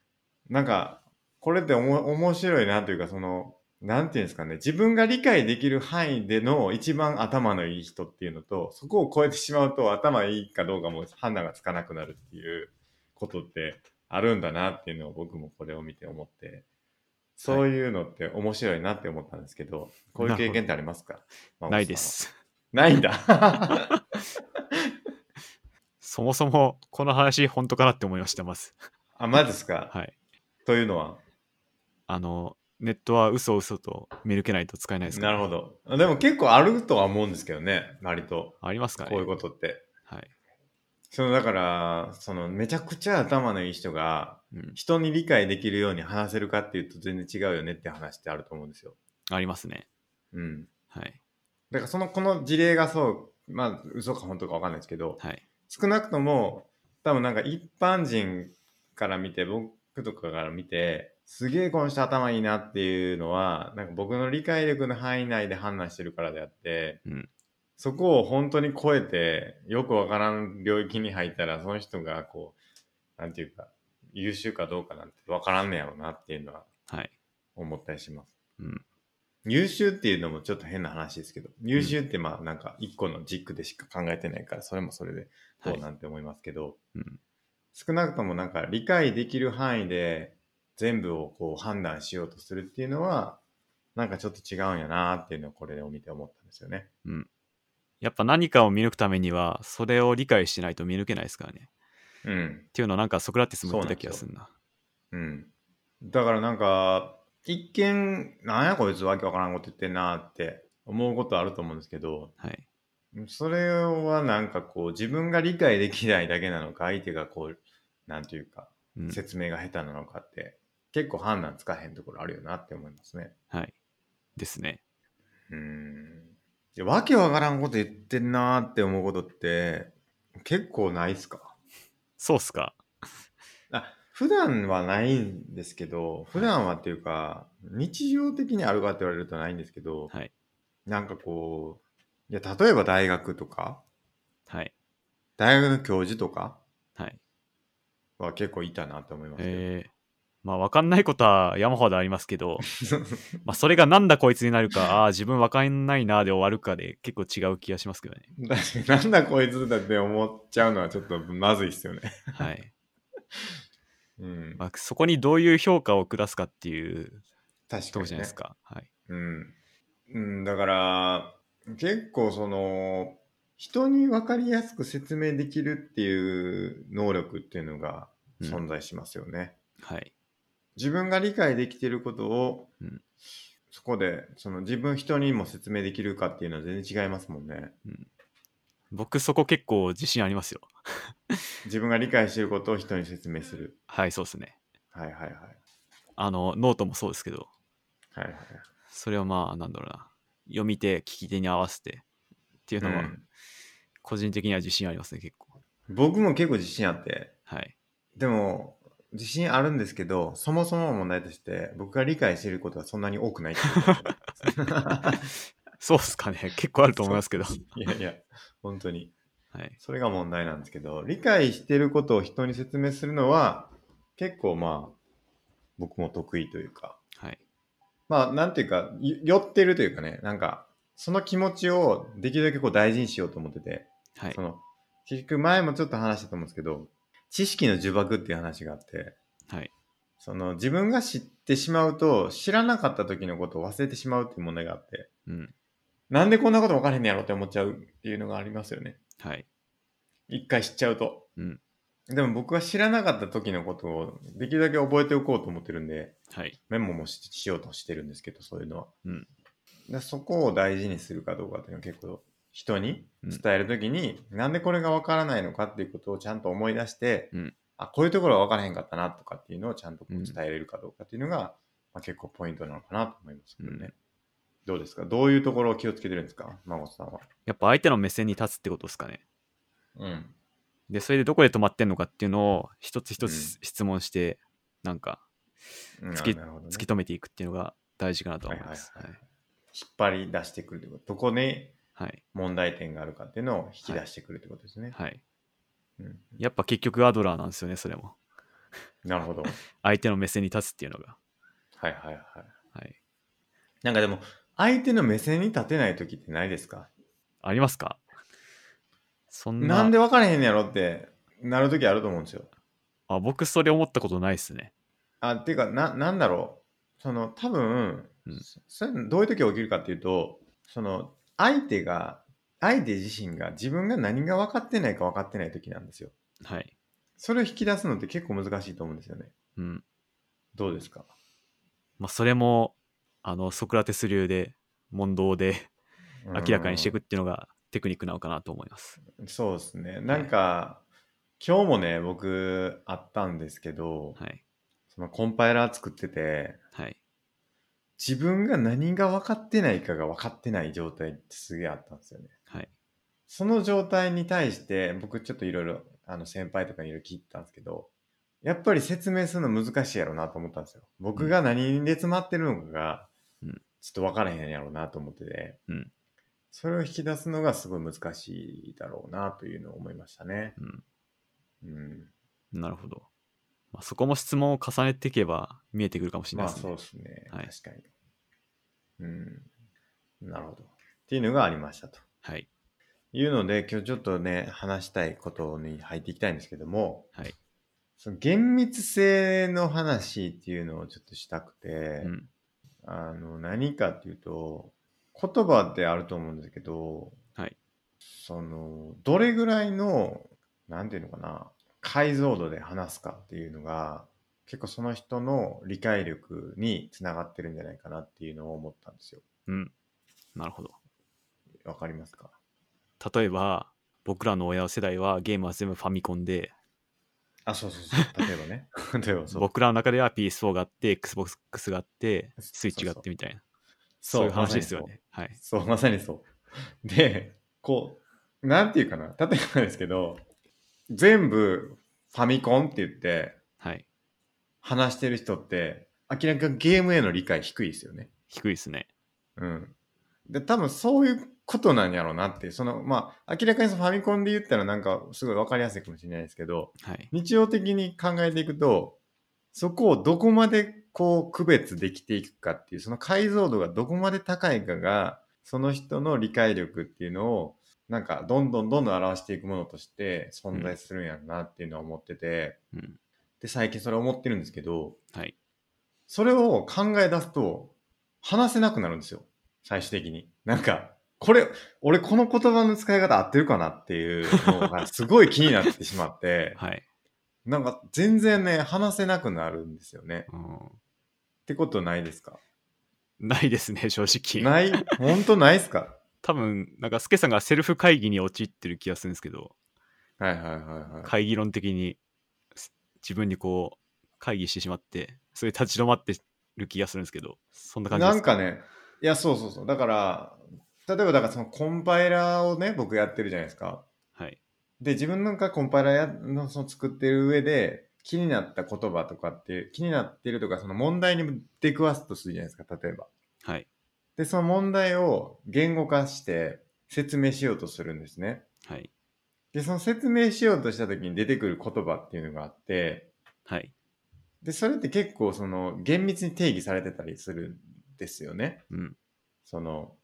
S1: なんかこれっておも面白いなというかそのなんていうんですかね自分が理解できる範囲での一番頭のいい人っていうのとそこを超えてしまうと頭いいかどうかも判断がつかなくなるっていうことってあるんだなっていうのを僕もこれを見て思ってそういうのって面白いなって思ったんですけど、こういう経験ってありますか真帆さんは
S2: ないです。 (laughs)
S1: ないんだ
S2: そもそもこの話本当かなって思いました、まず。
S1: あマジですか、
S2: はい。
S1: というのは
S2: あの、ネットは嘘嘘と見抜けないと使えないですか
S1: な
S2: ら
S1: るほど。でも結構あるとは思うんですけどね、割と。
S2: ありますかね
S1: こういうことって。
S2: はい。
S1: そのだから、そのめちゃくちゃ頭のいい人が、
S2: うん。
S1: 人に理解できるように話せるかっていうと全然違うよねって話ってあると思うんですよ。
S2: ありますね。
S1: うん。
S2: はい。
S1: だからその、この事例がそう、まあ、嘘か本当かわかんないですけど、
S2: はい。
S1: 少なくとも、多分なんか一般人から見て、僕とかから見て、すげえこの人頭いいなっていうのは、なんか僕の理解力の範囲内で判断してるからであって、
S2: うん
S1: そこを本当に超えて、よくわからん領域に入ったら、その人がこう、なんていうか、優秀かどうかなんてわからんねやろなっていうのは
S2: はい。
S1: 思ったりします。
S2: うん。
S1: 優秀っていうのもちょっと変な話ですけど、優秀ってまあなんか一個の軸でしか考えてないから、それもそれで
S2: は
S1: ど。
S2: いう
S1: なんて思いますけど、
S2: うん。
S1: 少なくともなんか理解できる範囲で全部をこう判断しようとするっていうのはなんかちょっと違うんやなっていうのをこれを見て思ったんですよね。
S2: やっぱ何かを見抜くためには、それを理解しないと見抜けないですからね。
S1: うん
S2: っ。ていうのはなんかソクラテスも言ってた気がするな。
S1: うん。だからなんか一見なんやこいつわけわからんこと言ってんなって思うことあると思うんですけど
S2: はい。
S1: それはなんかこう自分が理解できないだけなのか相手がこうなんていうか
S2: うん。
S1: 説明が下手なのかって結構判断つかへんところあるよなって思いますね。
S2: はい。ですね。
S1: うーんいやわけわからんこと言ってんなーって思うことって結構ないっすか
S2: そうっすか。
S1: あ普段はないんですけど普段はっていうか日常的にあるかって言われるとないんですけど、
S2: はい
S1: なんかこういや例えば大学とか
S2: はい。
S1: 大学の教授とか
S2: はい。
S1: は結構いたなと思いますけど、、
S2: えー、まあ分かんないことは山ほどありますけど
S1: (laughs)
S2: まあそれがなんだこいつになるか、ああー、自分分かんないなで終わるかで結構違う気がしますけどね。
S1: 確 (laughs) かになんだこいつだって思っちゃうのはちょっとまずいっすよね。
S2: はい。
S1: うん、
S2: まあ、そこにどういう評価を下すかっていう
S1: 確か
S2: とこ
S1: に、ね。
S2: じゃないですか。はい。
S1: うん、うん、だから結構その人に分かりやすく説明できるっていう能力っていうのが
S2: うん
S1: 存在しますよね。
S2: はい。
S1: 自分が理解できてることを、
S2: うん
S1: そこでその自分人にも説明できるかっていうのは全然違いますもんね。
S2: 僕そこ結構自信ありますよ。
S1: 自分が理解してることを人に説明する。
S2: はい、そうですね。
S1: はいはいはい。
S2: あの、ノートもそうですけど、
S1: はいはい。
S2: それはまあ、なんだろうな。読み手、聞き手に合わせてっていうの
S1: う
S2: は、
S1: ん
S2: 個人的には自信ありますね、結構。
S1: 僕も結構自信あって、
S2: はい。
S1: でも自信あるんですけど、そもそもの問題として僕が理解してることはそんなに多くないっていうこと
S2: そうっすかね。 (laughs) 結構あると思いますけど。
S1: いやいや、本当に。
S2: はい。
S1: それが問題なんですけど、理解してることを人に説明するのは、結構まあ、僕も得意というか、
S2: はい。
S1: まあ、なんていうか、い寄ってるというかね、なんか、その気持ちをできるだけこう大事にしようと思ってて、
S2: はい
S1: そ。の、結局前もちょっと話したと思うんですけど、知識の呪縛っていう話があって、
S2: はい。
S1: その自分が知ってしまうと、知らなかった時のことを忘れてしまうっていう問題があって、
S2: うん。
S1: なんでこんなこと分からへんのやろって思っちゃうっていうのがありますよね。
S2: はい。
S1: 一回知っちゃうと。
S2: うん
S1: でも僕は知らなかった時のことをできるだけ覚えておこうと思ってるんで、
S2: はい。
S1: メモもししようとしてるんですけど、そういうのは。
S2: うん
S1: でそこを大事にするかどうかっていうのは結構人に伝える時に、なんでこれがわからないのかっていうことをちゃんと思い出して、
S2: うん
S1: あ、こういうところはわからへんかったなとかっていうのをちゃんとこう伝えれるかどうかっていうのが、まあ、結構ポイントなのかなと思いますけどね。
S2: うん
S1: どうですかどういうところを気をつけてるんですか孫さんは。
S2: やっぱ相手の目線に立つってことですかね。
S1: うん。
S2: で、それでどこで止まってんのかっていうのを一つ一
S1: う
S2: つ質問して、なんか
S1: うん
S2: 突
S1: あ
S2: き
S1: なるほどね
S2: 突き止めていくっていうのが大事かなとは思います。
S1: はいはい引っ張り出してくるってこと。どこに
S2: はい。
S1: 問題点があるかっていうのを引き出してくるってことですね。
S2: はい。
S1: うん
S2: やっぱ結局アドラーなんですよね、それも。
S1: なるほど。
S2: 相手の目線に立つっていうのが。
S1: はいはいはい。
S2: はい。
S1: なんかでも、相手の目線に立てない時ってないですか、
S2: ありますかそんな。
S1: なんで分からへんのやろってなる時あると思うんですよ。
S2: あ僕、それ思ったことないっすね。
S1: あ、っていうか、な、なんだろう。その、多分、
S2: うん
S1: それどういう時起きるかっていうと、その、相手が、相手自身が自分が何が分かってないか分かってない時なんですよ。
S2: はい。
S1: それを引き出すのって結構難しいと思うんですよね。
S2: うん。
S1: どうですか
S2: まあ、それもあのソクラテス流で問答で明らかにしていくっていうのがテクニックなのかなと思います。
S1: うんそうですねなんか、今日もね僕あったんですけど、
S2: はい。
S1: そのコンパイラー作ってて
S2: はい。
S1: 自分が何が分かってないかが分かってない状態ってすげえあったんですよね
S2: はい。
S1: その状態に対して僕ちょっといろいろあの先輩とかにいろいろ聞いてたんですけどやっぱり説明するの難しいやろうなと思ったんですよ僕が何で詰まってるのかが
S2: うん
S1: ちょっと分からへんやろうなと思ってて、
S2: うん
S1: それを引き出すのがすごい難しいだろうなというのを思いましたね
S2: うん。
S1: うん
S2: なるほど。まあ、そこも質問を重ねていけば見えてくるかもしれ
S1: ま
S2: ない
S1: あ
S2: です
S1: そ
S2: ね。
S1: うですね、
S2: はい
S1: 確かにうんなるほどっていうのがありましたと
S2: はい。
S1: いうので今日ちょっとね話したいことに入っていきたいんですけども
S2: はい。
S1: その厳密性の話っていうのをちょっとしたくて、
S2: うん。
S1: あの何かっていうと言葉ってあると思うんですけど、
S2: はい
S1: そのどれぐらいの何ていうのかな解像度で話すかっていうのが結構その人の理解力につながってるんじゃないかなっていうのを思ったんですよ。
S2: うん。なるほど。
S1: わかりますか
S2: 例えば、僕らの親世代はゲームは全部ファミコンで、
S1: あそうそうそう (laughs) 例えばね例えばそう
S2: 僕らの中では PS4 があって、Xbox があって、
S1: そう
S2: スイッチがあってみたいな。
S1: そう
S2: そういう話ですよね。はい。
S1: そう、まさにそう。で、こう、なんていうかな、例えばですけど、全部ファミコンって言って
S2: はい。
S1: 話してる人って、明らかにゲームへの理解低いですよね。
S2: 低いですね。
S1: うん。で、多分そういうことなんやろうなって、その、まあ、明らかにそのファミコンで言ったらなんかすごいわかりやすいかもしれないですけど、
S2: はい。
S1: 日常的に考えていくと、そこをどこまでこう区別できていくかっていう、その解像度がどこまで高いかが、その人の理解力っていうのを、なんかどんどんどんどん表していくものとして存在するんやろなっていうのは思ってて、
S2: うん。
S1: で、最近それ思ってるんですけど、
S2: はい。
S1: それを考え出すと、話せなくなるんですよ。最終的に。なんか、これ、俺この言葉の使い方合ってるかなっていう (laughs) のがすごい気になってしまって、
S2: はい。
S1: なんか全然ね、話せなくなるんですよね。
S2: うん
S1: ってことないですか
S2: ないですね、正直。
S1: ない、ほんとないですか
S2: 多分、なんか、スケさんがセルフ会議に陥ってる気がするんですけど、
S1: はいはいはいはい。
S2: 会議論的にす自分にこう、会議してしまって、それ立ち止まってる気がするんですけど、そんな感じで
S1: な
S2: す
S1: んかね、いや、そうそうそう。だから、例えばだからそのコンパイラーをね、僕やってるじゃないですか。
S2: はい。
S1: で、自分なんかコンパイラーやのその作ってる上で、気になった言葉とかって、気になってるとか、その問題に出くわすとするじゃないですか、例えば。
S2: はい。
S1: で、その問題を言語化して説明しようとするんですね。
S2: はい。
S1: で、その説明しようとした時に出てくる言葉っていうのがあって、
S2: はい。
S1: で、それって結構その厳密に定義されてたりするんですよね。
S2: うん。
S1: その、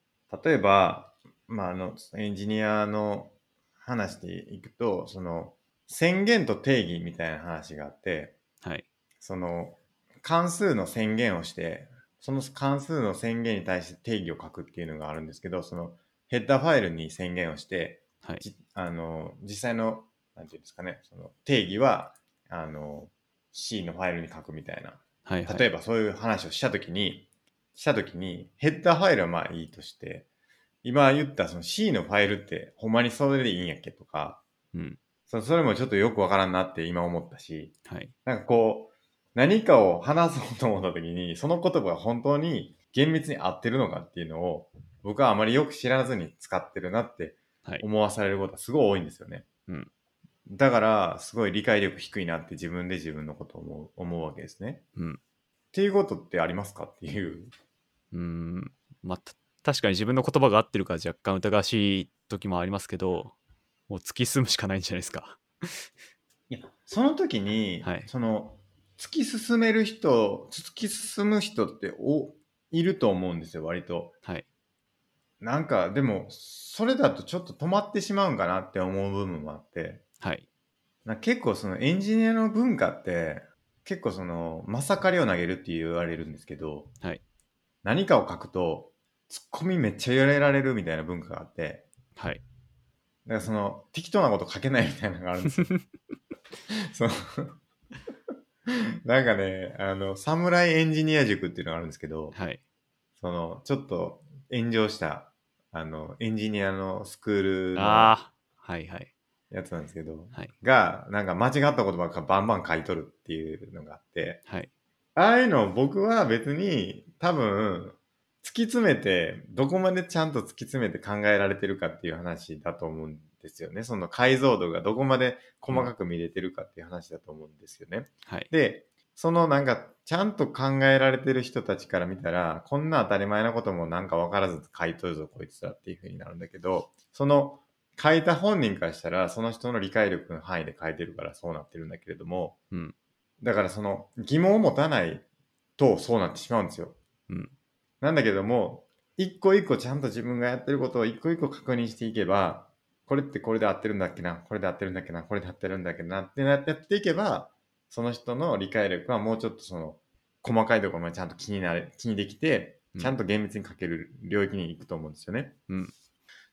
S1: 例えば、まあ、あの、エンジニアの話でいくと、その、宣言と定義みたいな話があって、
S2: はい。
S1: その、関数の宣言をして、その関数の宣言に対して定義を書くっていうのがあるんですけど、そのヘッダーファイルに宣言をして、
S2: はい。
S1: じあの実際のなんていうんですかねその定義はあの C のファイルに書くみたいな
S2: はい。はい
S1: 例えばそういう話をしたときに、したときにヘッダーファイルはまあいいとして今言ったその C のファイルってほんまにそれでいいんやっけとか
S2: うん。
S1: そそれもちょっとよくわからんなって今思ったし
S2: はい。
S1: なんかこう何かを話そうと思ったときにその言葉が本当に厳密に合ってるのかっていうのを僕はあまりよく知らずに使ってるなって
S2: はい。
S1: 思わされることはすごい多いんですよね。
S2: うん
S1: だから、すごい理解力低いなって自分で自分のことを思う思うわけですね。
S2: うん。
S1: っていうことってありますかっていう。
S2: うーんまあた確かに自分の言葉が合ってるか若干疑わしい時もありますけどもう突き進むしかないんじゃないですか
S1: いや、その時に、
S2: はい
S1: その、突き進める人、突き進む人っておいると思うんですよ、割と。
S2: はい
S1: なんか、でも、それだとちょっと止まってしまうんかなって思う部分もあって、
S2: はい
S1: なんか結構そのエンジニアの文化って、結構その、まさかりを投げるって言われるんですけど、
S2: はい
S1: 何かを書くと、ツッコミめっちゃやられるみたいな文化があって、
S2: はい
S1: だからそ
S2: (laughs)
S1: の適当なこと書けないみたいなのがあるんですよ。その (laughs) なんかね、あの、サムライエンジニア塾っていうのがあるんですけど、
S2: はい。
S1: その、ちょっと炎上した、あの、エンジニアのスクールのや
S2: ああ、はいはい。
S1: つなんですけど、
S2: はい
S1: が、なんか間違ったことばっかバンバン書いとるっていうのがあって、
S2: はい。
S1: ああいうのを僕は別に多分、突き詰めて、どこまでちゃんと突き詰めて考えられてるかっていう話だと思うんですよね。その解像度がどこまで細かく見れてるかっていう話だと思うんですよね。
S2: はい。
S1: で、そのなんか、ちゃんと考えられてる人たちから見たら、こんな当たり前なこともなんか分からず書いとるぞ、こいつらっていう風になるんだけど、その書いた本人からしたら、その人の理解力の範囲で書いてるからそうなってるんだけれども、
S2: うん
S1: だからその疑問を持たないとそうなってしまうんですよ。
S2: うん
S1: なんだけども、一個一個ちゃんと自分がやってることを一個一個確認していけば、これってこれで合ってるんだっけな、これで合ってるんだっけな、これで合ってるんだっけなってなってやっていけば、その人の理解力はもうちょっとその細かいところまでちゃんと気になれ、気にできて
S2: う、ん
S1: ちゃんと厳密に書ける領域に行くと思うんですよね。
S2: うん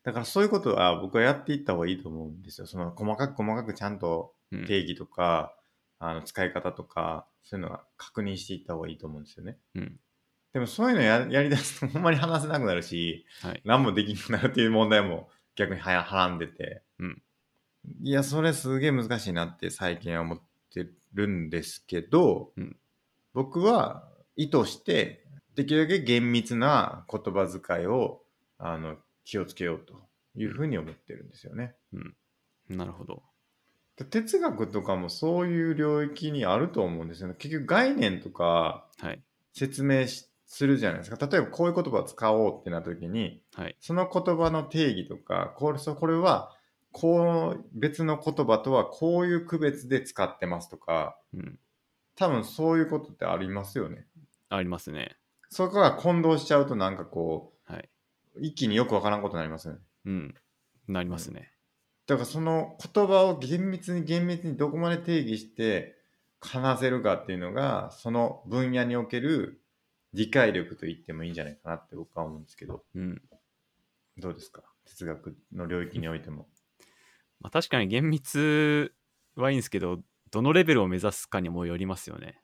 S1: だからそういうことは僕はやっていった方がいいと思うんですよ。その細かく細かくちゃんと
S2: うん
S1: 定義とか、あの使い方とか、そういうのは確認していった方がいいと思うんですよね。
S2: うん
S1: でもそういうのややりだすとほんまに話せなくなるし、
S2: はい
S1: 何もできなくなるっていう問題も逆にはやはらんでて、
S2: うん
S1: いや、それすげえ難しいなって最近は思ってるんですけど、
S2: うん
S1: 僕は意図してできるだけ厳密な言葉遣いをあの気をつけようというふうに思ってるんですよね。
S2: なるほど。
S1: で哲学とかもそういう領域にあると思うんですよね。結局概念とか
S2: はい。
S1: 説明しするじゃないですか。例えばこういう言葉を使おうってなった時に、
S2: はい。
S1: その言葉の定義とか、これそうこれはこう別の言葉とはこういう区別で使ってますとか、
S2: うん。
S1: 多分そういうことってありますよね。
S2: ありますね。
S1: そこが混同しちゃうとなんかこ
S2: はい。
S1: う、一気によくわからんことになりますよね。
S2: うん。なりますね。
S1: だからその言葉を厳密に厳密にどこまで定義して話せるかっていうのがその分野における理解力と言ってもいいんじゃないかなって僕は思うんですけど
S2: うん。
S1: どうですか哲学の領域においても
S2: まあ確かに厳密はいいんですけど、どのレベルを目指すかにもよりますよね。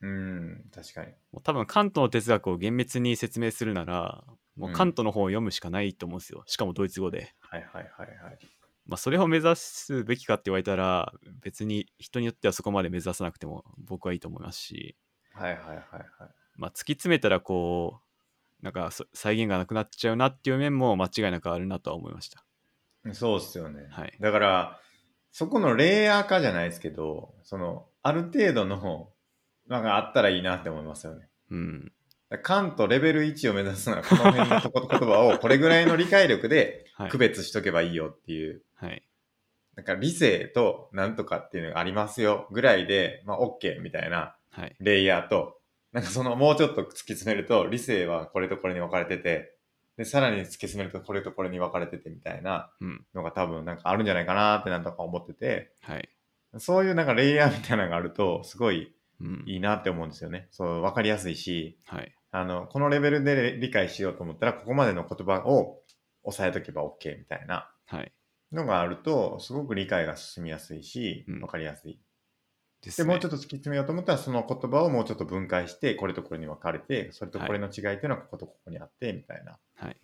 S1: うん確かに
S2: もう多分関東の哲学を厳密に説明するなら、もううん関東の本を読むしかないと思うんですよ。しかもドイツ語で。
S1: はいはいはいはい
S2: まあ、それを目指すべきかって言われたら、別に人によってはそこまで目指さなくても僕はいいと思いますし、
S1: はいはいはいはい
S2: まあ、突き詰めたらこう、なんかそ再現がなくなっちゃうなっていう面も間違いなくあるなとは思いました。
S1: そうっすよね。
S2: はい
S1: だから、そこのレイヤー化じゃないですけど、その、ある程度の、なんかあったらいいなって思いますよね。
S2: うん。
S1: だから関東レベル1を目指すのは、この辺のとこ言葉をこれぐらいの理解力で
S2: はい
S1: 区。別しとけばいいよっていう、
S2: はい。
S1: なんか理性となんとかっていうのがありますよぐらいで、まあ OK みたいな
S2: はい。
S1: レイヤーと、なんかそのもうちょっと突き詰めると、理性はこれとこれに分かれてて、で、さらに突き詰めるとこれとこれに分かれててみたいな、
S2: うん。
S1: のが多分なんかあるんじゃないかなってなんとか思ってて、
S2: はい。
S1: そういうなんかレイヤーみたいなのがあると、すごい
S2: うん。
S1: いいなって思うんですよね。そう、わかりやすいし、
S2: はい。
S1: あの、このレベルで理解しようと思ったら、ここまでの言葉を押さえとけば OK みたいな
S2: はい。
S1: のがあると、すごく理解が進みやすいし
S2: う、ん
S1: わかりやすい。
S2: です
S1: で、
S2: ね
S1: もうちょっと突き詰めようと思ったら、その言葉をもうちょっと分解して、これとこれに分かれて、それとこれの違いっていうのはこことここにあって、みたいな。
S2: はい。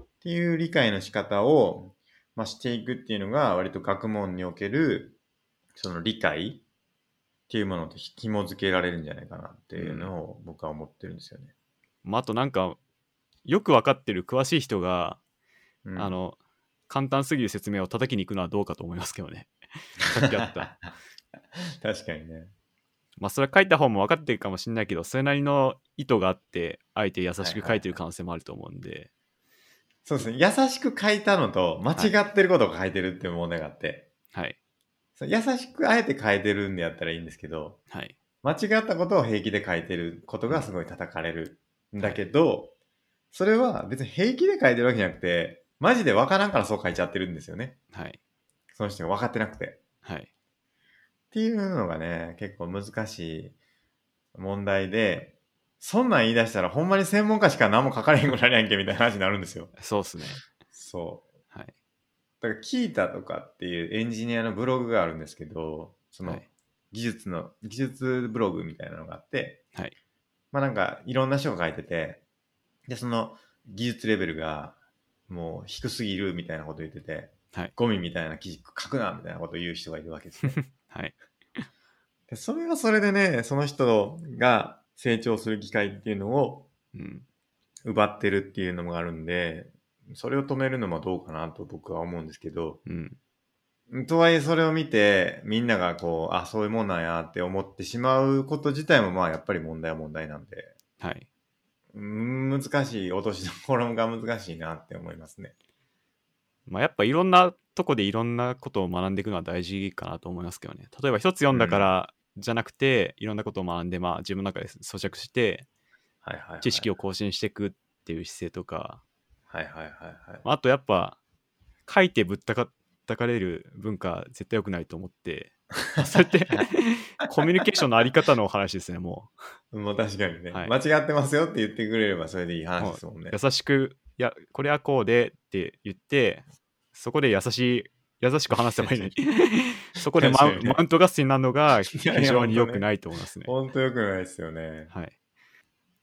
S1: っていう理解の仕方を、まあ、していくっていうのが割と学問におけるその理解っていうものと紐付けられるんじゃないかなっていうのを僕は思ってるんですよね。
S2: まあ、あとなんか、よくわかってる詳しい人が、
S1: うん
S2: あの、簡単すぎる説明を叩きに行くのはどうかと思いますけど (laughs) ね。さっきあった。
S1: (laughs) 確かにね。
S2: まあそれは書いた方も分かってるかもしれないけどそれなりの意図があってあえて優しく書いてる可能性もあると思うんで、
S1: そうですね。優しく書いたのと間違ってることを書いてるっていう問題があって、
S2: はい
S1: そう優しくあえて書いてるんでやったらいいんですけど、
S2: はい
S1: 間違ったことを平気で書いてることがすごい叩かれるんだけど、それは別に平気で書いてるわけじゃなくて、マジでわからんからそう書いちゃってるんですよね。
S2: はい
S1: その人が分かってなくて。っ
S2: はい
S1: ていうのがね、結構難しい問題で、そんなん言い出したらほんまに専門家しか何も書かれへんくなりやんけみたいな話になるんですよ。
S2: そうっすね
S1: そう。
S2: はい
S1: だから、キータとかっていうエンジニアのブログがあるんですけど、その、
S2: はい
S1: 技術の、技術ブログみたいなのがあって、
S2: はい。
S1: まあなんか、いろんな人が書いてて、で、その技術レベルがもう低すぎるみたいなこと言ってて、
S2: はい
S1: ゴミみたいな記事書くなみたいなこと言う人がいるわけで
S2: (laughs)
S1: すね。
S2: はい。
S1: でそれはそれでね、その人が成長する機会っていうのを
S2: うん。
S1: 奪ってるっていうのもあるんで、それを止めるのもどうかなと僕は思うんですけど、
S2: うん。
S1: とはいえそれを見て、みんながこう、あ、そういうもんなんやって思ってしまうこと自体もまあやっぱり問題は問題なんで、
S2: はい。
S1: うん難しい、落としどころが難しいなって思いますね。
S2: まあ、やっぱいろんなとこでいろんなことを学んでいくのは大事かなと思いますけどね。例えば一つ読んだからじゃなくて、いろんなことを学んで、まあ自分の中で咀嚼して、
S1: はいはい、はい。
S2: 知識を更新していくっていう姿勢とか、
S1: はいはいはいはい。
S2: まああとやっぱ書いてぶったかったかれる文化絶対良くないと思
S1: (laughs)
S2: って、まあそうやってコミュニケーションのあり方のお話ですね、も
S1: もう確かにね、
S2: はい
S1: 間違ってますよって言ってくれればそれでいい話ですもんね
S2: う。優しく、いや、これはこうでって言って、そこで優しい、優しく話せばいいのに、そこでマウ,、
S1: 確かにね
S2: マウント合戦になるのが非
S1: やいや
S2: 常に良くないと思いますね。
S1: ほんとよくないですよね。
S2: はい。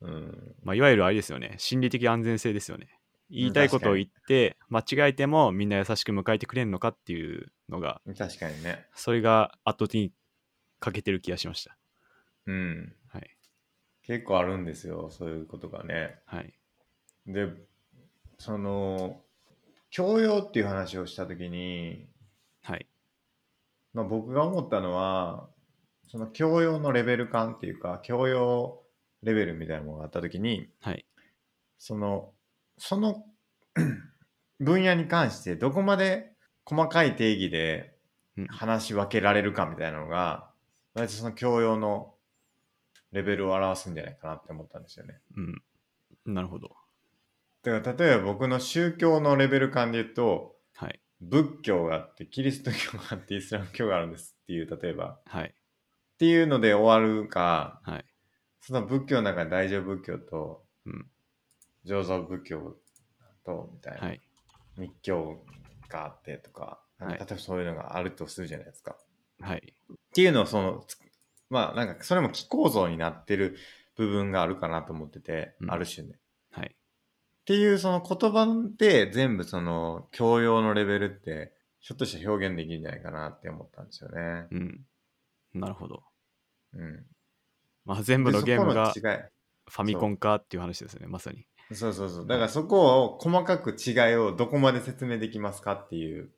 S1: うん。
S2: まあ、いわゆるあれですよね、心理的安全性ですよね。言いたいことを
S1: 確
S2: 言って、間違えてもみんな優しく迎えてくれるのかっていうのが、
S1: 確かにね。
S2: それが圧倒的に欠けてる気がしました。
S1: うん。
S2: はい。
S1: 結構あるんですよ、そういうことがね。
S2: はい。
S1: で、その、教養っていう話をしたときに、
S2: はい。
S1: まあ、僕が思ったのは、その教養のレベル感っていうか、教養レベルみたいなものがあったときに、
S2: はい。
S1: その、その (clears throat) 分野に関してどこまで細かい定義で
S2: うん
S1: 話し分けられるかみたいなのが、割とその教養のレベルを表すんじゃないかなって思ったんですよね。
S2: うん。なるほど。
S1: だから例えば僕の宗教のレベル感で言うと、
S2: はい。
S1: 仏教があって、キリスト教があって、イスラム教があるんですっていう、例えば。
S2: はい。
S1: っていうので終わるか、
S2: はい。
S1: その仏教の中に大乗仏教と
S2: うん。
S1: 上座仏教と、みたいな。
S2: はい。
S1: 密教があってとか、なん
S2: はい
S1: か例えばそういうのがあるとするじゃないですか。
S2: はい。
S1: っていうのをその、つまあなんかそれも気構造になってる部分があるかなと思ってて、
S2: うん
S1: ある種ね。っ
S2: はい。
S1: ていうその言葉で全部その教養のレベルって、ひょっとして表現できるんじゃないかなって思ったんですよね。
S2: うん。なるほど。
S1: うん。
S2: まあ、全部
S1: で
S2: のゲームが
S1: そこの違い。
S2: ファミコンかっていう話ですね、まさに。
S1: そうそうそう。だからそこを細かく違いをどこまで説明できますかっていう。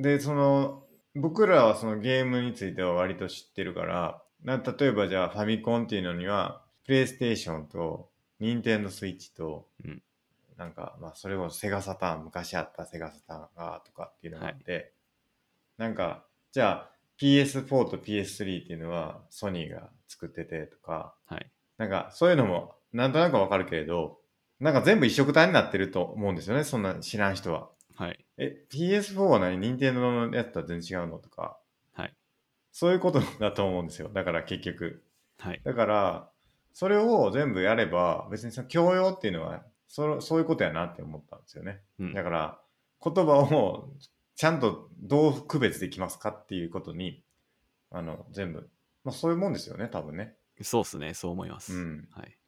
S1: で、その、僕らはそのゲームについては割と知ってるから、な例えばじゃあファミコンっていうのには、プレイステーションと、ニンテンドスイッチと、
S2: うん
S1: なんか、まあそれをセガサターン、昔あったセガサターンが、とかっていうのがあって、なんか、じゃあ PS4 と PS3 っていうのはソニーが作っててとか、
S2: はい。
S1: なんか、そういうのも、なんとなくわかるけれど、なんか全部一色体になってると思うんですよね、そんな知らん人は。
S2: はい。
S1: え、PS4 は何任天堂のやつとは全然違うのとか。
S2: はい。
S1: そういうことだと思うんですよ。だから結局。
S2: はい。
S1: だから、それを全部やれば、別にその教養っていうのは、そそういうことやなって思ったんですよね。
S2: うん
S1: だ。から、言葉をちゃんとどう区別できますかっていうことに、あの、全部。まあそういうもんですよね、多分ね。
S2: そうっすね、そう思いま
S1: う
S2: す。
S1: ん。
S2: はい。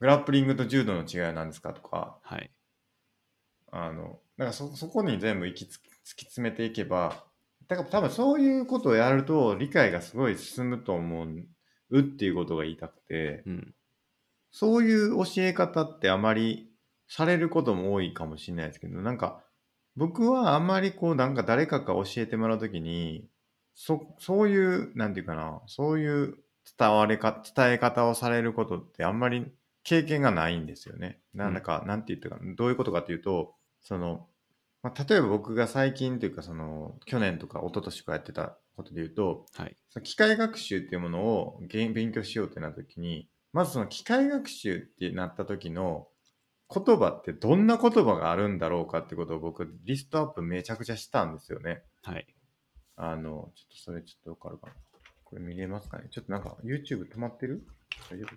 S1: グラップリングと柔道の違いは何ですかとか、
S2: はい。
S1: あの、なんかそ、そこに全部行きつ突き詰めていけば、だから多分そういうことをやると理解がすごい進むと思うっていうことが言いたくて、
S2: うん。
S1: そういう教え方ってあまりされることも多いかもしれないですけど、なんか僕はあまりこうなんか誰かが教えてもらうときに、そ、そういう、なんていうかな、そういう伝われか、伝え方をされることってあんまり経験がないんですよね。なんだか、なんて言ったかな、どういうことかというと、その、まあ、例えば僕が最近というかその、去年とか一昨年とかやってたことで言うと、
S2: はい。
S1: その機械学習っていうものをげん勉強しようってなった時に、まずその機械学習ってなった時の言葉ってどんな言葉があるんだろうかってことを僕リストアップめちゃくちゃしたんですよね。
S2: はい。
S1: あの、ちょっとそれちょっとわかるかな。これ見れますかねちょっとなんか YouTube 止まってる大丈夫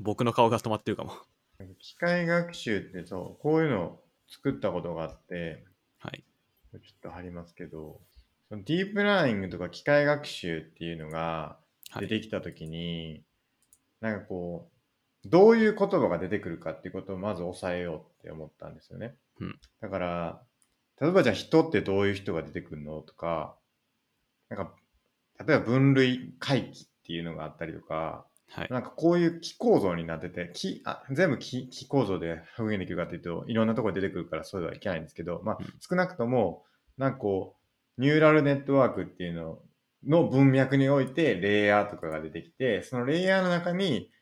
S2: 僕の顔が止まってるかも。 (laughs)
S1: 機械学習ってそう、こういうのを作ったことがあって、
S2: はい。
S1: これちょっと貼りますけど、そのディープラーニングとか機械学習っていうのが出てきたときに、なんかこう、どういう言葉が出てくるかっていうことをまず抑えようって思ったんですよね。
S2: うん
S1: だから、例えばじゃあ人ってどういう人が出てくるのとか、なんか、例えば分類回帰っていうのがあったりとか、
S2: はい。
S1: なんかこういう気構造になってて、気あ全部気気構造で表現できるかというと、いろんなところで出てくるからそうではいけないんですけど、まあ
S2: うん、
S1: 少なくとも、なんかこう、ニューラルネットワークっていうのの文脈において、レイヤーとかが出てきて、そのレイヤーの中に、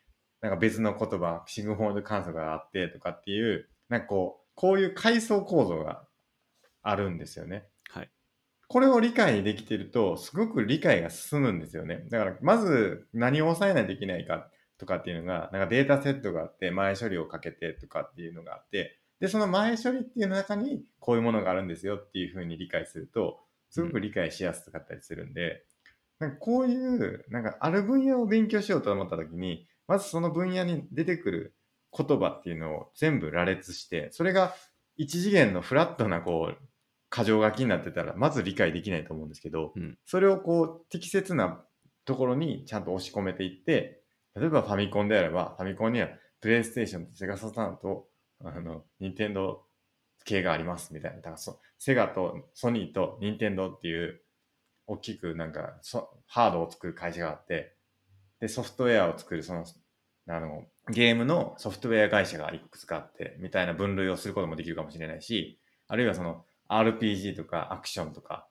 S1: なんか別の言葉、シングフォール観測があってとかっていう、なんかこう、こういう階層構造があるんですよね。
S2: はい。
S1: これを理解できてると、すごく理解が進むんですよね。だから、まず何を抑えないといけないかとかっていうのが、なんかデータセットがあって、前処理をかけてとかっていうのがあって、で、その前処理っていう中に、こういうものがあるんですよっていうふうに理解すると、すごく理解しやすかったりするんで、なんかこういう、なんかある分野を勉強しようと思った時に、まずその分野に出てくる言葉っていうのを全部羅列して、それが一次元のフラットなこう、過剰書きになってたらまず理解できないと思うんですけど、
S2: うん
S1: それをこう適切なところにちゃんと押し込めていって例えばファミコンであればファミコンにはプレイステーションとセガサターンとあの任天堂系がありますみたいなだからそセガとソニーと任天堂っていう大きくなんかそハードを作る会社があってでソフトウェアを作るそのあのゲームのソフトウェア会社がいくつかあってみたいな分類をすることもできるかもしれないしあるいはその RPG とかアクションとか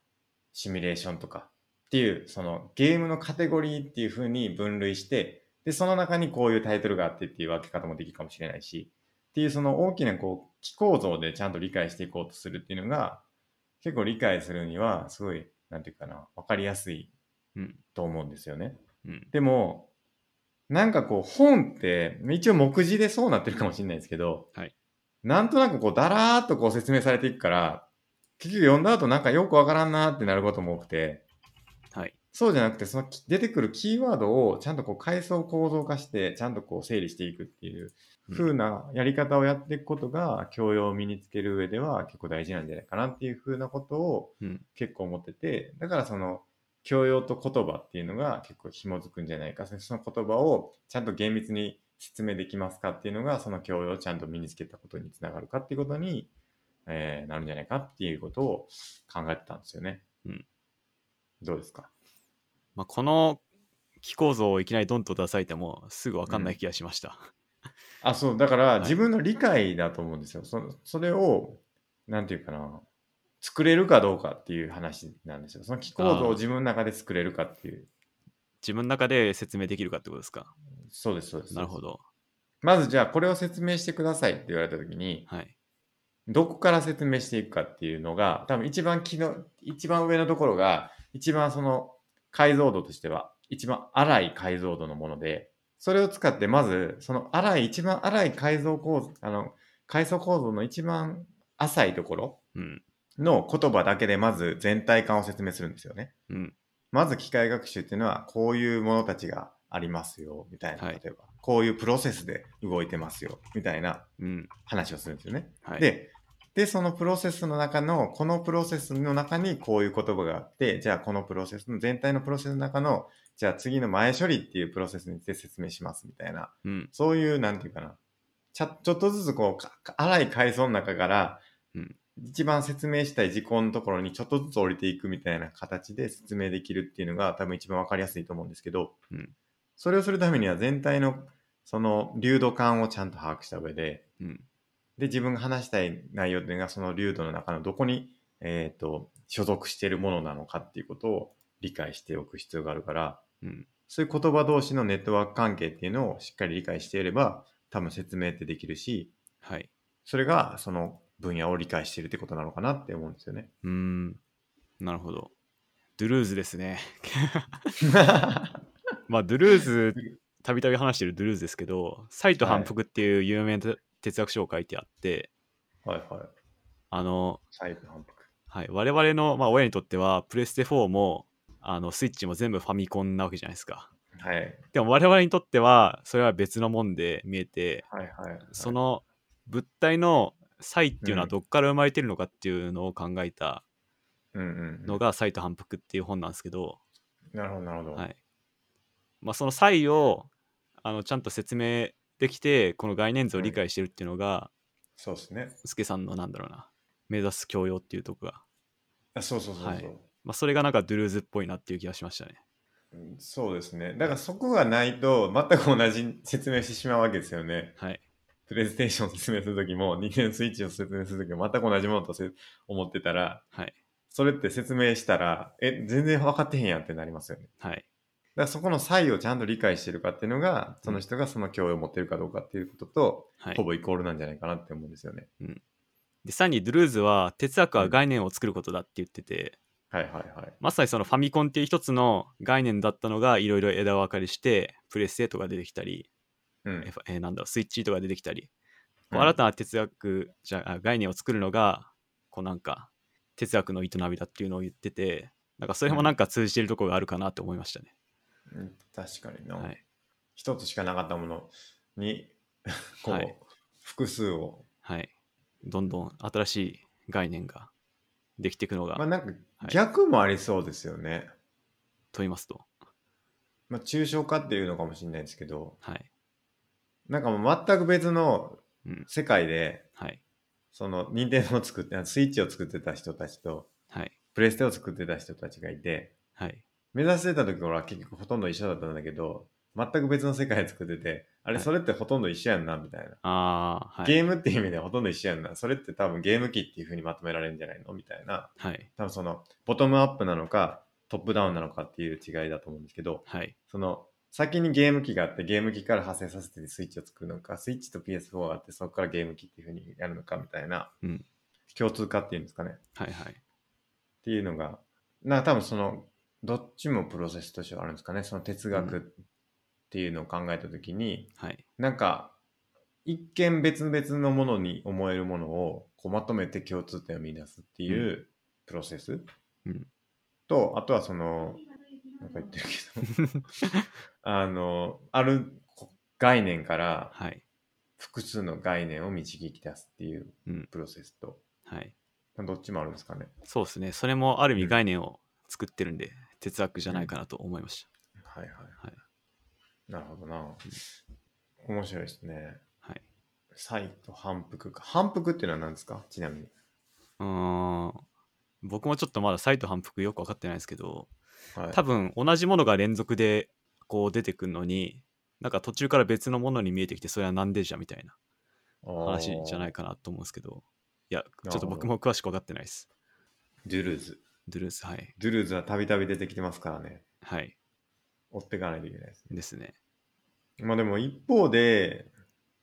S1: シミュレーションとかっていうそのゲームのカテゴリーっていう風に分類してでその中にこういうタイトルがあってっていう分け方もできるかもしれないしっていうその大きなこう機構造でちゃんと理解していこうとするっていうのが結構理解するにはすごいなんていうかな分かりやすい
S2: うん。
S1: と思うんですよね。
S2: うん。
S1: でも、なんかこう本って、一応目次でそうなってるかもしれないですけど、
S2: はい
S1: なんとなくこうだらーっとこう説明されていくから、結局読んだ後なんかよくわからんなーってなることも多くて、
S2: はい。
S1: そうじゃなくて、そのき出てくるキーワードをちゃんとこう階層構造化して、ちゃんとこう整理していくっていう
S2: うん
S1: 風なやり方をやっていくことが、教養を身につける上では結構大事なんじゃないかなっていう風なことを
S2: うん。
S1: 結構思っててだからその教養と言葉っていうのが結構紐づくんじゃないかそその言葉をちゃんと厳密に説明できますかっていうのがその教養をちゃんと身につけたことにつながるかっていうことに、えーなるんじゃないかっていうことを考えてたんですよね。
S2: うん
S1: どうですか
S2: まあ、この気構造をいきなりドンと出されてもすぐ分かんない気がしました。
S1: あそうだから
S2: い
S1: 自分の理解だと思うんですよ。そそれをなんていうかな作れるかどうかっていう話なんですよ。その気構造を自分の中で作れるかっていう。
S2: 自分の中で説明できるかってことですか。
S1: そうですそうです。
S2: なるほど。
S1: まずじゃあこれを説明してくださいって言われた時に
S2: はい。
S1: どこから説明していくかっていうのが多分一番気の一番上のところが一番その解像度としては一番荒い解像度のものでそれを使ってまずその荒い一番荒い解像構造あの階層構造の一番浅いところ
S2: うん。
S1: の言葉だけでまず全体感を説明するんですよね。
S2: うん。
S1: まず機械学習っていうのはこういうものたちがありますよみたいな、
S2: はい
S1: 例えばこういうプロセスで動いてますよみたいな
S2: うん。
S1: 話をするんですよね。
S2: はい。、
S1: ででそのプロセスの中のこのプロセスの中にこういう言葉があってじゃあこのプロセスの全体のプロセスの中のじゃあ次の前処理っていうプロセスについて説明しますみたいな
S2: うん。
S1: そういう、なんていうかな、ちゃちょっとずつこうか、か荒い階層の中から、
S2: うん
S1: 一番説明したい事項のところにちょっとずつ降りていくみたいな形で説明できるっていうのが多分一番わかりやすいと思うんですけど、
S2: うん
S1: それをするためには全体のその流度感をちゃんと把握した上で、
S2: うん。
S1: で、自分が話したい内容っていうのがその流度の中のどこに、えっ、と、所属しているものなのかっていうことを理解しておく必要があるから、
S2: うん。
S1: そういう言葉同士のネットワーク関係っていうのをしっかり理解していれば、多分説明ってできるし、
S2: はい。
S1: それがその分野を理解しているってことなのかなって思うんですよ
S2: (laughs)
S1: ね。
S2: うーん。なるほど。ドゥルーズです
S1: (laughs)
S2: ね。まあ、ドゥルーズ、たびたび話してるドゥルーズですけど、サイト反復っていう有名な哲学書を書いてあって、
S1: はいはい。
S2: あの、
S1: サイト反復。
S2: はい、我々の、まあ、親にとっては、プレステ4も、あのスイッチも全部ファミコンなわけじゃないですか。
S1: はい。
S2: でも我々にとっては、それは別のもんで見えて、
S1: はいはい。
S2: その物体の差異っていうのはどっから生まれてるのかっていうのを考えた
S1: うんうん
S2: のが「才と反復」っていう本なんですけど、
S1: なるほどなるほど、
S2: はいまあ、その才をあのちゃんと説明できてこの概念図を理解してるっていうのが、
S1: そうですね
S2: スケさんのなんだろうな目指す教養っていうとこが、
S1: あそうそうそうそう、
S2: はいまあ、それがなんかドゥルーズっぽいなっていう気がしましたね。
S1: うんそうですねだからそこがないと全く同じ説明してしまうわけですよね
S2: はい、
S1: プレゼンテーションを説明するときも二点スイッチを説明するときも全く同じものとせ思ってたら
S2: はい、
S1: それって説明したらえ全然分かってへんやんってなりますよね
S2: はい、
S1: だからそこの差異をちゃんと理解してるかっていうのがその人がその教養を持ってるかどうかっていうことと、
S2: はい
S1: ほ。ぼイコールなんじゃないかなって思うんですよね
S2: でさらにドゥルーズは哲学は概念を作ることだって言ってて、
S1: はいはいはい
S2: まさにそのファミコンっていう一つの概念だったのがいろいろ枝分かれしてプレステとか出てきたり、
S1: うん
S2: えファえーなんだろうスイッチとか出てきたり、こう
S1: うん
S2: 新たな哲学じゃあ概念を作るのがこうなんか哲学の営みだっていうのを言っててなんかそれもなんか通じてるところがあるかなと思いましたね、
S1: うん確かにな、
S2: はい
S1: 一つしかなかったものに (laughs) こう、
S2: はい
S1: 複数を
S2: はいどんどん新しい概念ができていくのが、
S1: まあなんか
S2: はい
S1: 逆もありそうですよね、
S2: と言いますと
S1: まあ抽象化っていうのかもしれないですけど
S2: はい
S1: なんかもう全く別の
S2: うん
S1: 世界で、
S2: はい
S1: その任天堂を作ってスイッチを作ってた人たちと
S2: はい
S1: プレステを作ってた人たちがいて
S2: はい
S1: 目指してた時は結局ほとんど一緒だったんだけど全く別の世界作っててあれ
S2: はい
S1: それってほとんど一緒やんなみたいな、
S2: ああはい
S1: ゲームっていう意味ではほとんど一緒やんなそれって多分ゲーム機っていう風にまとめられるんじゃないのみたいな
S2: はい
S1: 多分そのボトムアップなのかトップダウンなのかっていう違いだと思うんですけど
S2: はい
S1: その先にゲーム機があってゲーム機から派生させてスイッチを作るのかスイッチと PS4 があってそこからゲーム機っていう風にやるのかみたいな、
S2: うん
S1: 共通化っていうんですかね
S2: はいはい
S1: っていうのがなんか多分そのどっちもプロセスとしてはあるんですかねその哲
S2: う
S1: 学っていうのを考えた時に、 (laughs)
S2: はい
S1: なんか一見別々のものに思えるものをこうまとめて共通点を見出すっていううプロセス、
S2: うん
S1: とあとはそのなんか言ってるけどあのあるこ概念から
S2: はい
S1: 複数の概念を導き出すっていう
S2: うん
S1: プロセスと、
S2: はい
S1: どっちもあるんですかね。
S2: そうですねそれもある意
S1: う
S2: 味
S1: ん
S2: 概念を作ってるんで、哲学じゃないかなと思いまし
S1: はいはい、
S2: はい
S1: なるほどな。面白いですね。
S2: たはい
S1: サイと反復か。反復っていうのは何ですかちなみに。
S2: うーん僕もちょっとまだサイト反復よく分かってないですけど
S1: はい、
S2: 多分同じものが連続でこう出てくるのになんか途中から別のものに見えてきてそれはなんでじゃみたいな話じゃない
S1: か。
S2: かなと思うんですけどいや
S1: ほど
S2: ちょっと僕も詳しく分かってないです
S1: ドゥルーズ。
S2: ドゥルースはい
S1: ドゥルーズはたびたび出てきてますからね。
S2: はい
S1: 追っていかないといけないですね。
S2: ですね
S1: まあでも一方で、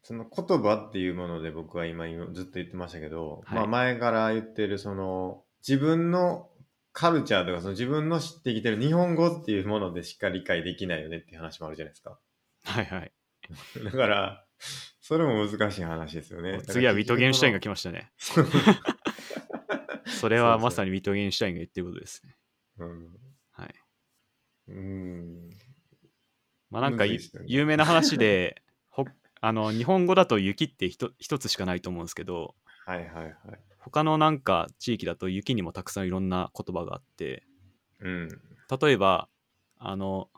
S1: その言葉っていうもので僕は今ずっと言ってましたけど、
S2: はい
S1: まあ前から言ってるその自分のカルチャーとかその自分の知ってきてる日本語っていうものでしか理解できないよねっていう話もあるじゃないです
S2: (laughs)
S1: か。
S2: はいはい
S1: だから、それも難しい話ですよね。
S2: 次はウィトゲンシュタインが
S1: だ
S2: 来まし
S1: (laughs)
S2: たね
S1: から結局この
S2: それはまさにウィトゲンシュタインが言ってることですね
S1: うん
S2: はい
S1: うん。
S2: まあなんかい
S1: むずいっすよね
S2: (laughs) 有名な話でほあの日本語だと雪ってひと一つしかないと思うんですけど
S1: はいはいはい。
S2: 他のなんか地域だと雪にもたくさんいろんな言葉があって
S1: うん。
S2: 例えばあの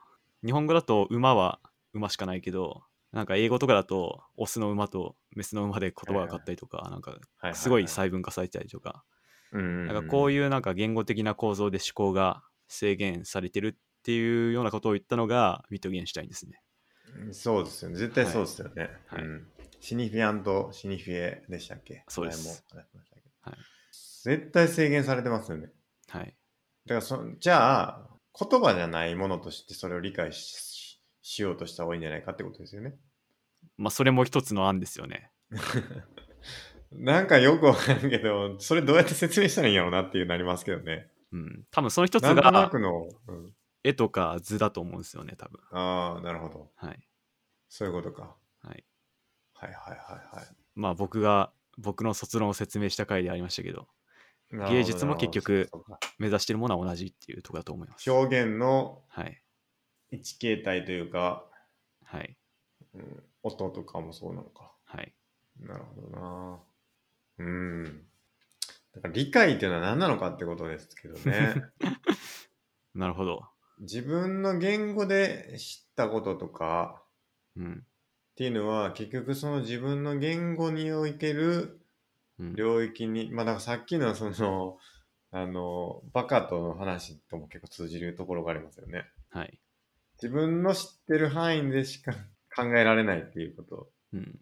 S2: 日本語だと馬は馬しかないけどなんか英語とかだとオスの馬とメスの馬で言葉が変わったりとか、なんか
S1: はは
S2: すごい細分化されたりとか、
S1: うん。
S2: なんかこう
S1: いう
S2: いうなんか言語的な構造で思考が制限されてるっていうようなことを言ったのがウィットゲンシュタインですね。
S1: うん。そうですよね。絶対そうですよね。
S2: はい
S1: うん。シニフィアンとシニフィエでしたっけ
S2: そうです。
S1: 前も話しましたけど
S2: はい
S1: 絶対制限されてますよね。
S2: はい
S1: だからそ、じゃあ、言葉じゃないものとしてそれを理解ししようとした方がいいんじゃないかってことですよね。
S2: まあ、それも一つの案ですよね。
S1: なんかよくわかるけど、それどうやって説明したらいいんやろうなっていうなりますけどね。
S2: うん、多分その一つ
S1: なんとな
S2: が
S1: くの、うん、
S2: 絵とか図だと思うんですよね多分
S1: ああ、なるほど。
S2: はい
S1: そういうことか。
S2: はい
S1: はいはいはいはい
S2: まあ僕が僕の卒論を説明した回でありましたけど。
S1: なるほど
S2: 芸術も結局。
S1: そうか
S2: 目指してるものは同じっていうところだと思います
S1: 表現の
S2: はい
S1: 一形態というか、
S2: はい
S1: うん、音とかもそうなのか。
S2: はい
S1: なるほどな。うん。だから理解っていうのは何なのかってことですけどね。
S2: なるほど。
S1: 自分の言語で知ったこととか
S2: うん。
S1: っていうのは結局その自分の言語における
S2: うん、
S1: 領域に、まあだからさっきのその、 (laughs) あの、バカとの話とも結構通じるところがありますよね。
S2: はい。
S1: 自分の知ってる範囲でしか考えられないっていうこと。
S2: うん。